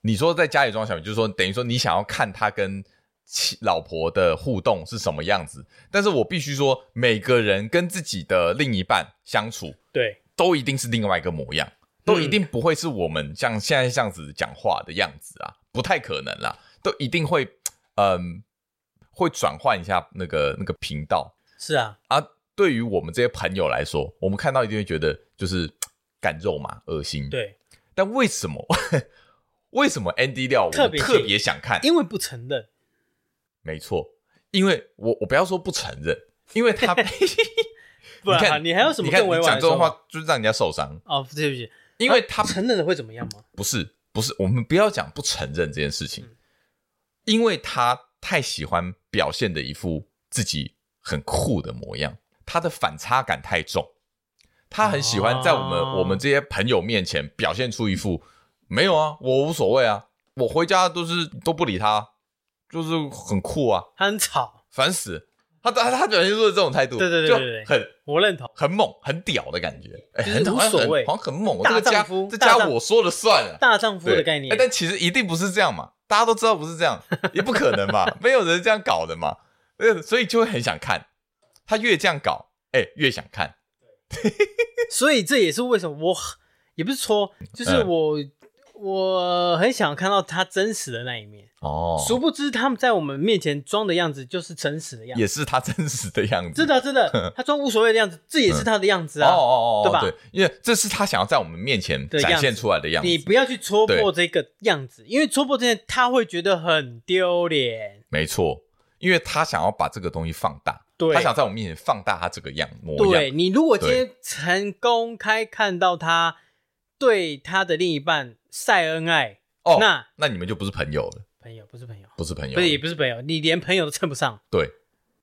S2: 你说在家里装小米，就是说等于说你想要看他跟妻老婆的互动是什么样子，但是我必须说，每个人跟自己的另一半相处，
S1: 对
S2: 都一定是另外一个模样，都一定不会是我们像现在这样子讲话的样子啊，不太可能啦，都一定会，嗯，会转换一下那个那个频道。
S1: 是啊，
S2: 啊，对于我们这些朋友来说，我们看到一定会觉得就是干肉麻、恶心。，
S1: 对，
S2: 但为什么 为什么 ND 料我
S1: 特
S2: 们
S1: 别
S2: 特别想看？
S1: 因为不承认，
S2: 没错，因为我我不要说不承认，因为 他
S1: 不然啊
S2: 你看
S1: 你还有什么
S2: 你看
S1: 更
S2: 你
S1: 委婉
S2: 讲
S1: 的
S2: 这种
S1: 说法
S2: 话就是让人家受伤，
S1: 哦，对不起，
S2: 因为他
S1: 啊承认了会怎么样吗？
S2: 不是不是，我们不要讲不承认这件事情，因为他太喜欢表现的一副自己很酷的模样，他的反差感太重，他很喜欢在我们、
S1: 哦
S2: 我们这些朋友面前表现出一副没有啊，我无所谓啊，我回家都是都不理他，就是很酷啊，
S1: 他很吵，
S2: 烦死。他他他表现出的这种态度，
S1: 对对对对对
S2: 就很
S1: 我认同。
S2: 很猛、很屌的感觉，哎
S1: 就是
S2: 很好像
S1: 无所谓
S2: 很好像很猛。
S1: 大
S2: 这个家
S1: 丈夫
S2: 这
S1: 大
S2: 家
S1: 丈
S2: 我说了算啊了，
S1: 大丈夫
S2: 对
S1: 的概念
S2: 哎，但其实一定不是这样嘛，大家都知道不是这样，也不可能嘛，没有人这样搞的嘛，呃，所以就会很想看。他越这样搞，哎、越想看。
S1: 所以这也是为什么我也不是说，就是
S2: 嗯
S1: 我、我很想看到他真实的那一面。
S2: 哦
S1: 殊不知他们在我们面前装的样子就是诚实的样子，
S2: 也是他真实的样子。
S1: 真的啊 真的，他装无所谓的样子，这也是他的样子
S2: 哦
S1: 啊，
S2: 哦哦，
S1: 对吧
S2: 对，因为这是他想要在我们面前
S1: 的
S2: 展
S1: 样
S2: 现
S1: 子
S2: 出来的样子。
S1: 你不要去戳破
S2: 对
S1: 这个样子，因为戳破这件他会觉得很丢脸。
S2: 没错，因为他想要把这个东西放大，
S1: 对
S2: 他想在我们面前放大他这个样模样。
S1: 对你如果今天曾公开看到他对他的另一半晒恩爱，
S2: 哦，
S1: 那
S2: 那你们就不是朋友了，
S1: 朋友不是朋友，
S2: 不是朋友
S1: 不
S2: 了，
S1: 是也不是朋友，你连朋友都称不上。
S2: 对，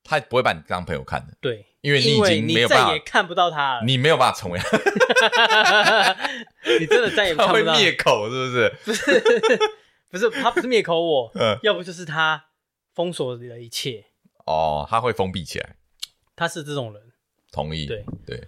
S2: 他不会把你当朋友看的，
S1: 对，
S2: 因为你
S1: 因
S2: 已
S1: 为
S2: 经
S1: 你
S2: 没有办
S1: 再
S2: 法
S1: 也，看不到他了，
S2: 你没有办法成为
S1: 你真的再也
S2: 他
S1: 看
S2: 会
S1: 不到他
S2: 灭口，是不是？
S1: 不是他不是灭口我，
S2: 嗯
S1: 要不就是他封锁了一切，
S2: 哦，他会封闭起来，
S1: 他是这种人。
S2: 同意。
S1: 对
S2: 对，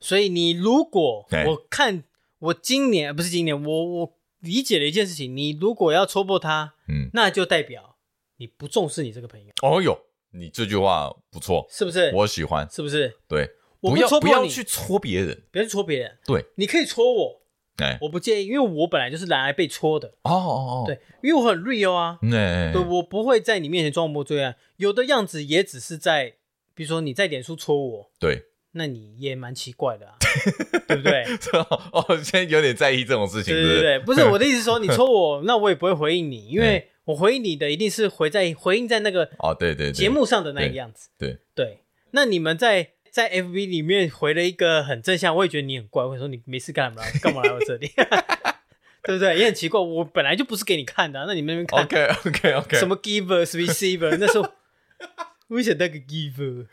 S1: 所以你如果
S2: 对
S1: 我看我今年不是今年，我我理解了一件事情，你如果要戳破他，
S2: 嗯，
S1: 那就代表你不重视你这个朋友，
S2: 哦哟，你这句话不错，
S1: 是不是？
S2: 我喜欢。
S1: 是不是？
S2: 对，不
S1: 我不
S2: 要
S1: 戳
S2: 不
S1: 破
S2: 要
S1: 你，
S2: 去戳别人。
S1: 不要去戳别人，
S2: 对，
S1: 你可以戳我，
S2: 哎，
S1: 我不介意，因为我本来就是拿来被戳的，
S2: 哦哦哦，
S1: 对，因为我很 real 啊，
S2: 嗯，哎，哎
S1: 对，我不会在你面前装模作样，有的样子也只是在，比如说你在脸书戳我，
S2: 对，
S1: 那你也蛮奇怪的啊，对不对？
S2: 哦，现在有点在意这种事情，是
S1: 对
S2: 不
S1: 对
S2: 是
S1: 对，不是我的意思是 说，你戳我，那我也不会回应你，因为我回应你的一定是回在回应在那个
S2: 哦，对对对，
S1: 节目上的那个样子。
S2: 对
S1: 对，那你们在在 FB 里面回了一个很正向，我也觉得你很怪，我说你没事干嘛干嘛来我这里， 对不对？也很奇怪，我本来就不是给你看的啊、那你们那边看
S2: ，OK OK 哦 OK，
S1: 什么 giver receiver，那时候我想当个 giver，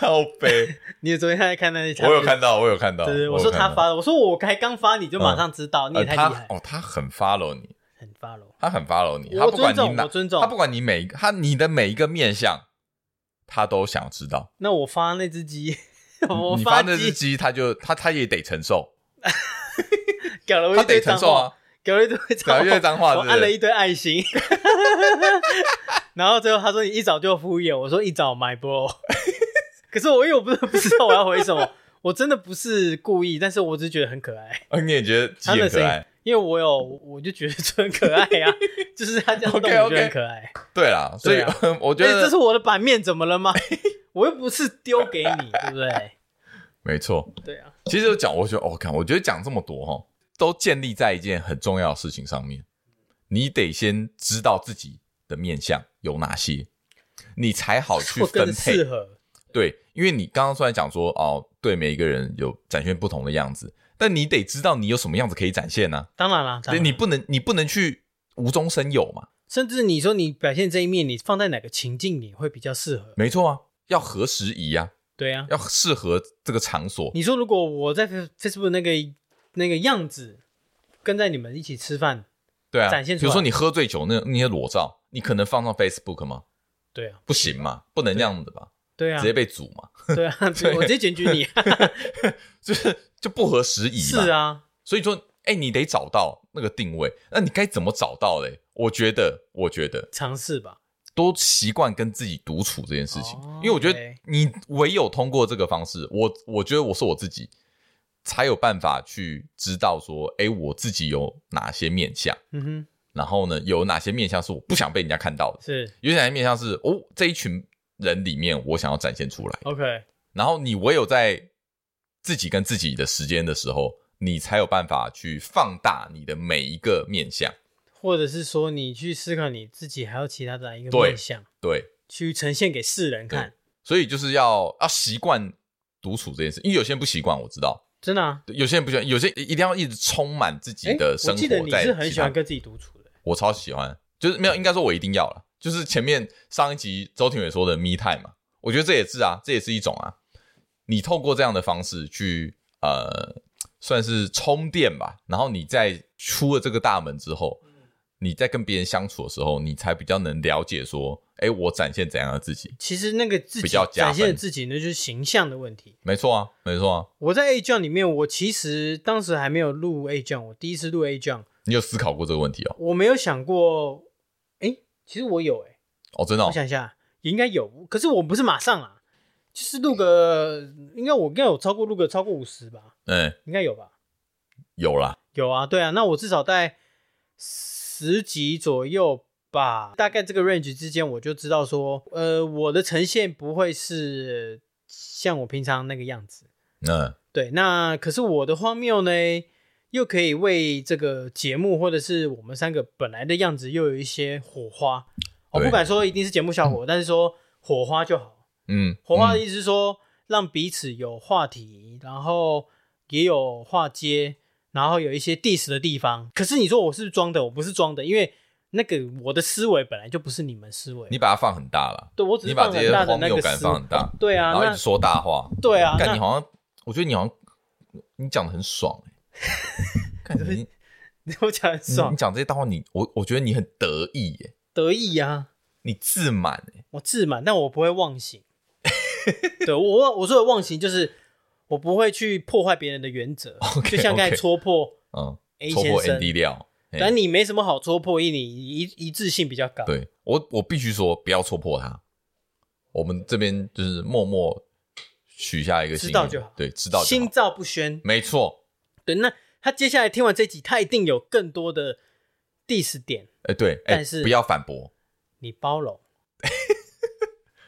S2: 靠背？
S1: 你有昨天还在看那一
S2: 我
S1: 条？
S2: 有看到，我有看到，
S1: 对对，我
S2: 有
S1: 说
S2: 看
S1: 他
S2: 到，
S1: 发的，我说我才刚发你就马上知道，你也
S2: 呃，
S1: 太
S2: 他
S1: 厉害，
S2: 哦，他很 follow 你，
S1: 很 follow。
S2: 他很 follow 你，
S1: 我
S2: 他不管
S1: 尊
S2: 你
S1: 重
S2: 哪，
S1: 我尊重
S2: 他不管你每一个他你的每一个面相，他都想知道。
S1: 那我发那只鸡， 我
S2: 嗯你发那只
S1: 鸡
S2: 鸡，他就他他也得承受，
S1: 搞了我
S2: 他
S1: 一堆
S2: 得承
S1: 脏
S2: 受
S1: 话，
S2: 啊，
S1: 搞了一堆
S2: 搞了一堆脏话
S1: 我
S2: 是不是
S1: 按了一堆爱心， 然后最后他说 你一早就敷衍，我说一早 my bro，可是我因为我不是不知道我要回什么， 我真的不是故意，但是我只是觉得很可爱。
S2: 啊，你也觉得鸡
S1: 他的
S2: 很
S1: 声
S2: 可
S1: 音
S2: 爱？，
S1: 因为我有，我就觉得这很可爱呀、 就是他这样动，
S2: OK，OK
S1: 我觉得很可爱。
S2: 对啦，所以、
S1: 对啊
S2: 我
S1: 而
S2: 觉
S1: 且
S2: 得
S1: 这是我的版面，怎么了吗？ 我又不是丢给你，对不对？
S2: 没错。
S1: 对啊，
S2: 其实我讲，我觉得哦，看，我觉得讲这么多哈，都建立在一件很重要的事情上面，你得先知道自己的面相有哪些，你才 好去
S1: 我跟
S2: 分
S1: 着
S2: 配
S1: 适。合，
S2: 对，因为你刚刚虽然讲说哦，对每一个人有展现不同的样子，但你得知道你有什么样子可以展现呢、
S1: 当然啦，
S2: 啊，所
S1: 当
S2: 以
S1: 然
S2: 你
S1: 啦
S2: 不能你不能去无中生有嘛，
S1: 甚至你说你表现这一面，你放在哪个情境里会比较适合？
S2: 没错啊，要合时宜啊，
S1: 对啊，
S2: 要适合这个场所。
S1: 你说如果我在 Face- Facebook 那个那个样子，跟在你们一起吃饭，
S2: 对啊，
S1: 展现出
S2: 比
S1: 来
S2: 如说你喝醉酒那那些裸照，你可能放上 Facebook 吗？
S1: 对啊，
S2: 不行嘛，不能这样子吧，
S1: 对啊
S2: 直，接被组嘛，
S1: 对啊，我直接检举你，
S2: 就是就不合时宜嘛。
S1: 是啊，
S2: 所以说，哎、你得找到那个定位，那你该怎么找到嘞？我觉得，我觉得
S1: 尝试吧，
S2: 多习惯跟自己独处这件事情，
S1: 哦
S2: 因为我觉得
S1: OK
S2: 你唯有通过这个方式，我我觉得我是我自己，才有办法去知道说，哎、我自己有哪些面相，
S1: 嗯哼，
S2: 然后呢，有哪些面相是我不想被人家看到的，
S1: 是
S2: 有哪些面相是哦这一群人里面我想要展现出来。
S1: OK，
S2: 然后你唯有在自己跟自己的时间的时候，你才有办法去放大你的每一个面相。
S1: 或者是说你去思考你自己还有其他的一个
S2: 对嗯
S1: 面向，
S2: 对，
S1: 去呈现给世人看，
S2: 所以就是要要习惯独处这件事，因为有些人不习惯，我知道，
S1: 真的啊。
S2: 有些人不喜欢，有些一定要一直充满自己
S1: 哎，
S2: 的生
S1: 我
S2: 活
S1: 记得你
S2: 在
S1: 是很
S2: 其
S1: 喜
S2: 他
S1: 欢跟自己独处的，
S2: 我超喜欢，就是
S1: 嗯
S2: 没有，应该说我一定要了。就是前面上一集周庭伟说的 me time 嘛，我觉得这也是啊，这也是一种啊。你透过这样的方式去呃，算是充电吧。然后你在出了这个大门之后，
S1: 嗯
S2: 你在跟别人相处的时候，你才比较能了解说，哎，我展现怎样的自己？
S1: 其实那个自
S2: 比
S1: 己
S2: 较加
S1: 展现的
S2: 分
S1: 自己，那就是形象的问题。
S2: 没错啊，没错啊。
S1: 我在 A 卷里面，我其实当时还没有录 A 卷，我第一次录 A 卷，
S2: 你有思考过这个问题哦？
S1: 我没有想过，哎、其实我有哎、
S2: 哦，真的、哦
S1: 我，想一下，也应该有，可是我不是马上啊，就是录个，应该我应该有超过录个超过五十吧，
S2: 嗯，
S1: 应该有吧？
S2: 有啦，
S1: 有啊，对啊，那我至少在十集左右吧，大概这个 range 之间，我就知道说，呃，我的呈现不会是像我平常那个样子。
S2: 嗯，
S1: 对，那可是我的荒谬呢，又可以为这个节目或者是我们三个本来的样子又有一些火花。我、
S2: 对
S1: 不敢说一定是节 目效果，但是说火花就好。
S2: 嗯，
S1: 火花的
S2: 嗯
S1: 意思是说，让彼此有话题，然后也有话接，然后有一些 diss 的地方。可是你说我是装的，我不是装的，因为那个我的思维本来就不是你们思维。
S2: 你把它放很大了，
S1: 对我只
S2: 你
S1: 是
S2: 把
S1: 放
S2: 这
S1: 很
S2: 些
S1: 大的
S2: 荒
S1: 那
S2: 谬
S1: 个
S2: 感
S1: 思
S2: 放很大，
S1: 对啊，
S2: 然后一
S1: 那
S2: 直说大话。
S1: 对啊，
S2: 但
S1: 那
S2: 你好像，我觉得你好像，你讲的很爽、 欸。看你你
S1: 我讲很
S2: 你
S1: 爽，
S2: 讲这些大话，你我我觉得你很得意耶、
S1: 得意呀、啊。
S2: 你自满、欸、
S1: 我自满，但我不会忘形。对我忘我说的忘形就是我不会去破坏别人的原则
S2: OK，
S1: 就像刚才
S2: OK
S1: 戳破
S2: 嗯，
S1: A
S2: 戳
S1: 先
S2: 破
S1: 生
S2: ND 料。欸
S1: 但你没什么好戳破，因为你一一致性比较高。
S2: 对我我必须说，不要戳破他。我们这边就是默默许下一个心愿，
S1: 知道就好
S2: 对，知道就
S1: 心
S2: 好，
S1: 照不宣。
S2: 没错。
S1: 对，那他接下来听完这集，他一定有更多的 diss 点，
S2: 哎、对，哎、
S1: 但是
S2: 不要反驳。
S1: 你包容，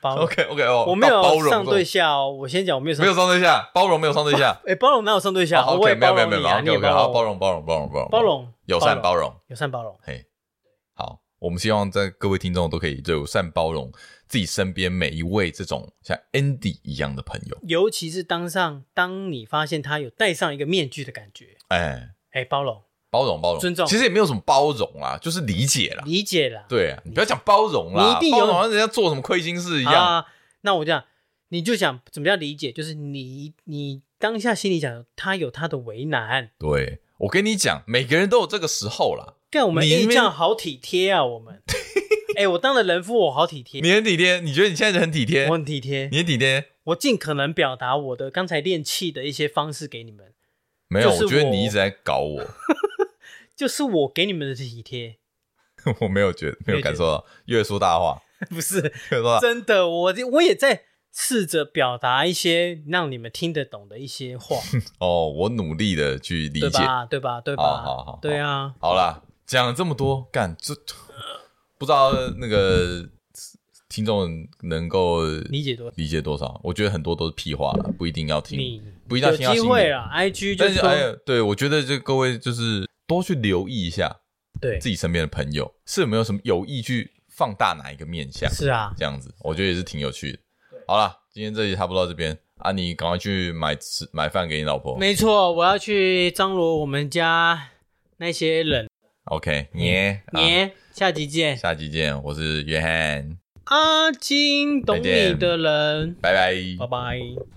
S1: 包容。
S2: OK OK 哦，
S1: 我没有
S2: 包容
S1: 上
S2: 这种
S1: 对下哦，我先讲，我没有上
S2: 没有。上对下，包容没有上对 下。
S1: 哎，包容哪有上对下？
S2: 好
S1: 我也
S2: ，OK，没有
S1: 包
S2: 没有
S1: 容
S2: 没有
S1: 你啊，你也
S2: OK，好，包
S1: 包
S2: 容包容包容包容
S1: 包容，
S2: 友善包容。
S1: 友善包容。
S2: 嘿，好，我们希望在各位听众都可以友善包容自己身边每一位这种像 Andy 一样的朋友。
S1: 尤其是当上当你发现他有戴上一个面具的感觉，
S2: 哎，
S1: 哎，包容、
S2: 包容包容，
S1: 尊重
S2: 其实也没有什么包容啦，就是理解啦。
S1: 理解啦，
S2: 对啊，你不要讲包容啦，
S1: 你一定
S2: 包
S1: 有
S2: 容好像人家做什么亏心事一样。
S1: 啊。那我这样，你就想怎么叫理解？就是你你当下心里想，他有他的为难。
S2: 对，我跟你讲，每个人都有这个时候啦。
S1: 干我们
S2: 你那
S1: A
S2: 边
S1: 酱好体贴啊，我们。 哎，我当了人夫，我好体贴，
S2: 你很体贴，你觉得你现在人很体贴
S1: 我，很体贴，
S2: 你很体贴。
S1: 我尽可能表达我的刚才练气的一些方式给你们，
S2: 没有，
S1: 就是
S2: 我觉得
S1: 我
S2: 你一直在搞我，
S1: 就是我给你们的体贴，
S2: 我没有觉得，没有感受到，越说大话，
S1: 不是啊
S2: 越说大话。
S1: 真的，我我也在试着表达一些让你们听得懂的一些话，
S2: 哦，我努力的去理
S1: 对
S2: 解。
S1: 吧？对吧？对吧？
S2: 好好好
S1: 对啊，
S2: 好啦，讲了这么多，干这不知道那个听众能够
S1: 理解多
S2: 理解多少？我觉得很多都是屁话了，不一定要听
S1: 你，
S2: 不一定要
S1: 有
S2: 听到
S1: 机
S2: 心
S1: 会
S2: 里。
S1: 了，IG 就
S2: 但是
S1: 说、
S2: 哎呀，对我觉得这各位就是多去留意一下
S1: 对，
S2: 自己身边的朋友是有没有什么有意去放大哪一个面相，
S1: 是啊，
S2: 这样子，我觉得也是挺有趣的。好啦，今天这集差不多到这边啊，你赶快去买吃买饭给你老婆。
S1: 没错，我要去张罗我们家那些人。
S2: OK，耶啊，
S1: 嗯耶、下集见。
S2: 下集见，我是约翰，
S1: 阿金懂
S2: 再
S1: 你
S2: 见
S1: 的人，
S2: 拜拜
S1: 拜拜。